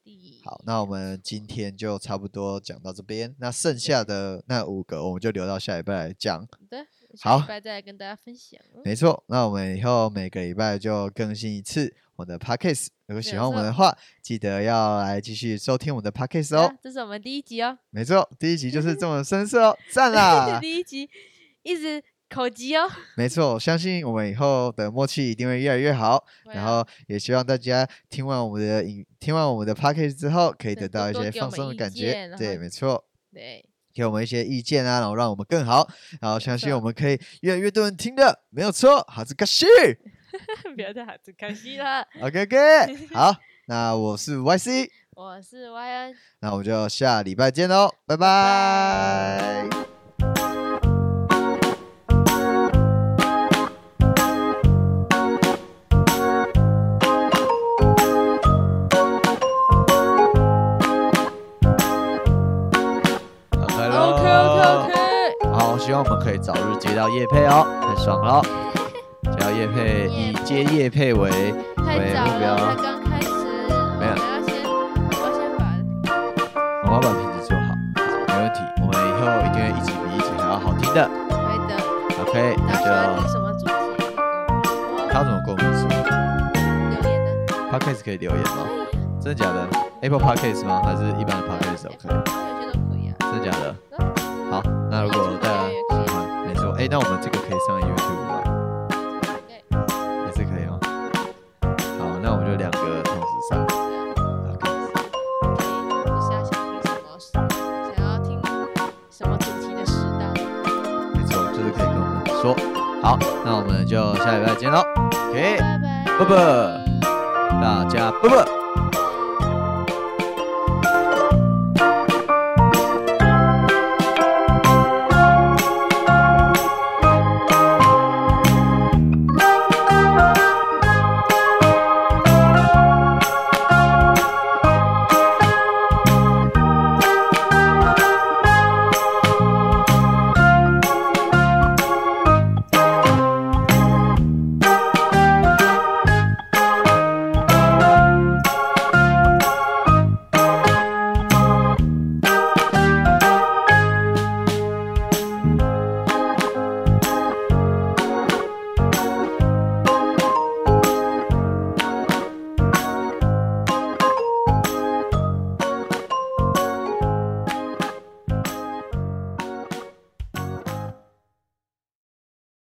[SPEAKER 1] 好，那我们今天就差不多讲到这边，那剩下的那五个我们就留到下礼拜来讲。
[SPEAKER 2] 好的，
[SPEAKER 1] 好
[SPEAKER 2] 下礼拜再来跟大家分享哦。
[SPEAKER 1] 没错，那我们以后每个礼拜就更新一次我们的 podcast。如果喜
[SPEAKER 2] 没
[SPEAKER 1] 欢我们
[SPEAKER 2] 错
[SPEAKER 1] 的话，记得要来继续收听我们的 podcast
[SPEAKER 2] 好
[SPEAKER 1] 哦。
[SPEAKER 2] 这是我们第一集哦，
[SPEAKER 1] 没错，第一集就是这么深色哦， 赞啦！
[SPEAKER 2] 第一集一直口 急哦。
[SPEAKER 1] 没错，我相信我们以后的默契一定会越来越好。
[SPEAKER 2] 对
[SPEAKER 1] 然
[SPEAKER 2] 啊
[SPEAKER 1] 后也希望大家听完我们的影，听完我们的 podcast 之后，可以
[SPEAKER 2] 对
[SPEAKER 1] 得
[SPEAKER 2] 多
[SPEAKER 1] 到一
[SPEAKER 2] 多
[SPEAKER 1] 些
[SPEAKER 2] 给我
[SPEAKER 1] 放
[SPEAKER 2] 们
[SPEAKER 1] 松的
[SPEAKER 2] 意
[SPEAKER 1] 感觉
[SPEAKER 2] 见。然
[SPEAKER 1] 对，
[SPEAKER 2] 后
[SPEAKER 1] 没错。
[SPEAKER 2] 对，
[SPEAKER 1] 给我们一些意见啊，然后让我们更好，然后相信我
[SPEAKER 2] 错
[SPEAKER 1] 们可以越来越多人听的，没有错。好，这个是
[SPEAKER 2] 不要再喊这可惜了。
[SPEAKER 1] OK OK，好， 那我是 YC，
[SPEAKER 2] 我是 Y N。
[SPEAKER 1] 那我们就下礼拜见喽，拜拜。OK
[SPEAKER 2] OK OK OK。
[SPEAKER 1] 好，希望我们可以早日接到叶配哦，太爽了哦！接到叶配，以接叶配为
[SPEAKER 2] 太
[SPEAKER 1] 为
[SPEAKER 2] 早
[SPEAKER 1] 目标
[SPEAKER 2] 了，，才刚开始，我
[SPEAKER 1] 没有
[SPEAKER 2] 们要先，我要先把
[SPEAKER 1] 我们要把品质做好，没问题。我们以后一定会一集比一集还要好听的。
[SPEAKER 2] 会的。
[SPEAKER 1] OK，
[SPEAKER 2] 大
[SPEAKER 1] 那
[SPEAKER 2] 家喜欢听
[SPEAKER 1] 就
[SPEAKER 2] 什么主题？
[SPEAKER 1] 他怎么跟我们说
[SPEAKER 2] 留言哎呢？
[SPEAKER 1] ？Podcast 可以留言吗？
[SPEAKER 2] 可以
[SPEAKER 1] 真的假的？Apple Podcast 吗？还是一般的
[SPEAKER 2] 啊，
[SPEAKER 1] Podcast 都可以？
[SPEAKER 2] 有些都可以啊。
[SPEAKER 1] 真的假的？好，那如果大家喜欢，没错，哎、那我们这个可以上 YouTube 吗？
[SPEAKER 2] 对，
[SPEAKER 1] 也是可以吗？好，那我们就两个同时上。OK，
[SPEAKER 2] 就是要想听什么，想要听什么主题的时段。
[SPEAKER 1] 没错，就是可以跟我们说。好，那我们就下礼拜见喽。OK，
[SPEAKER 2] 拜拜，
[SPEAKER 1] 啵啵大家啵啵。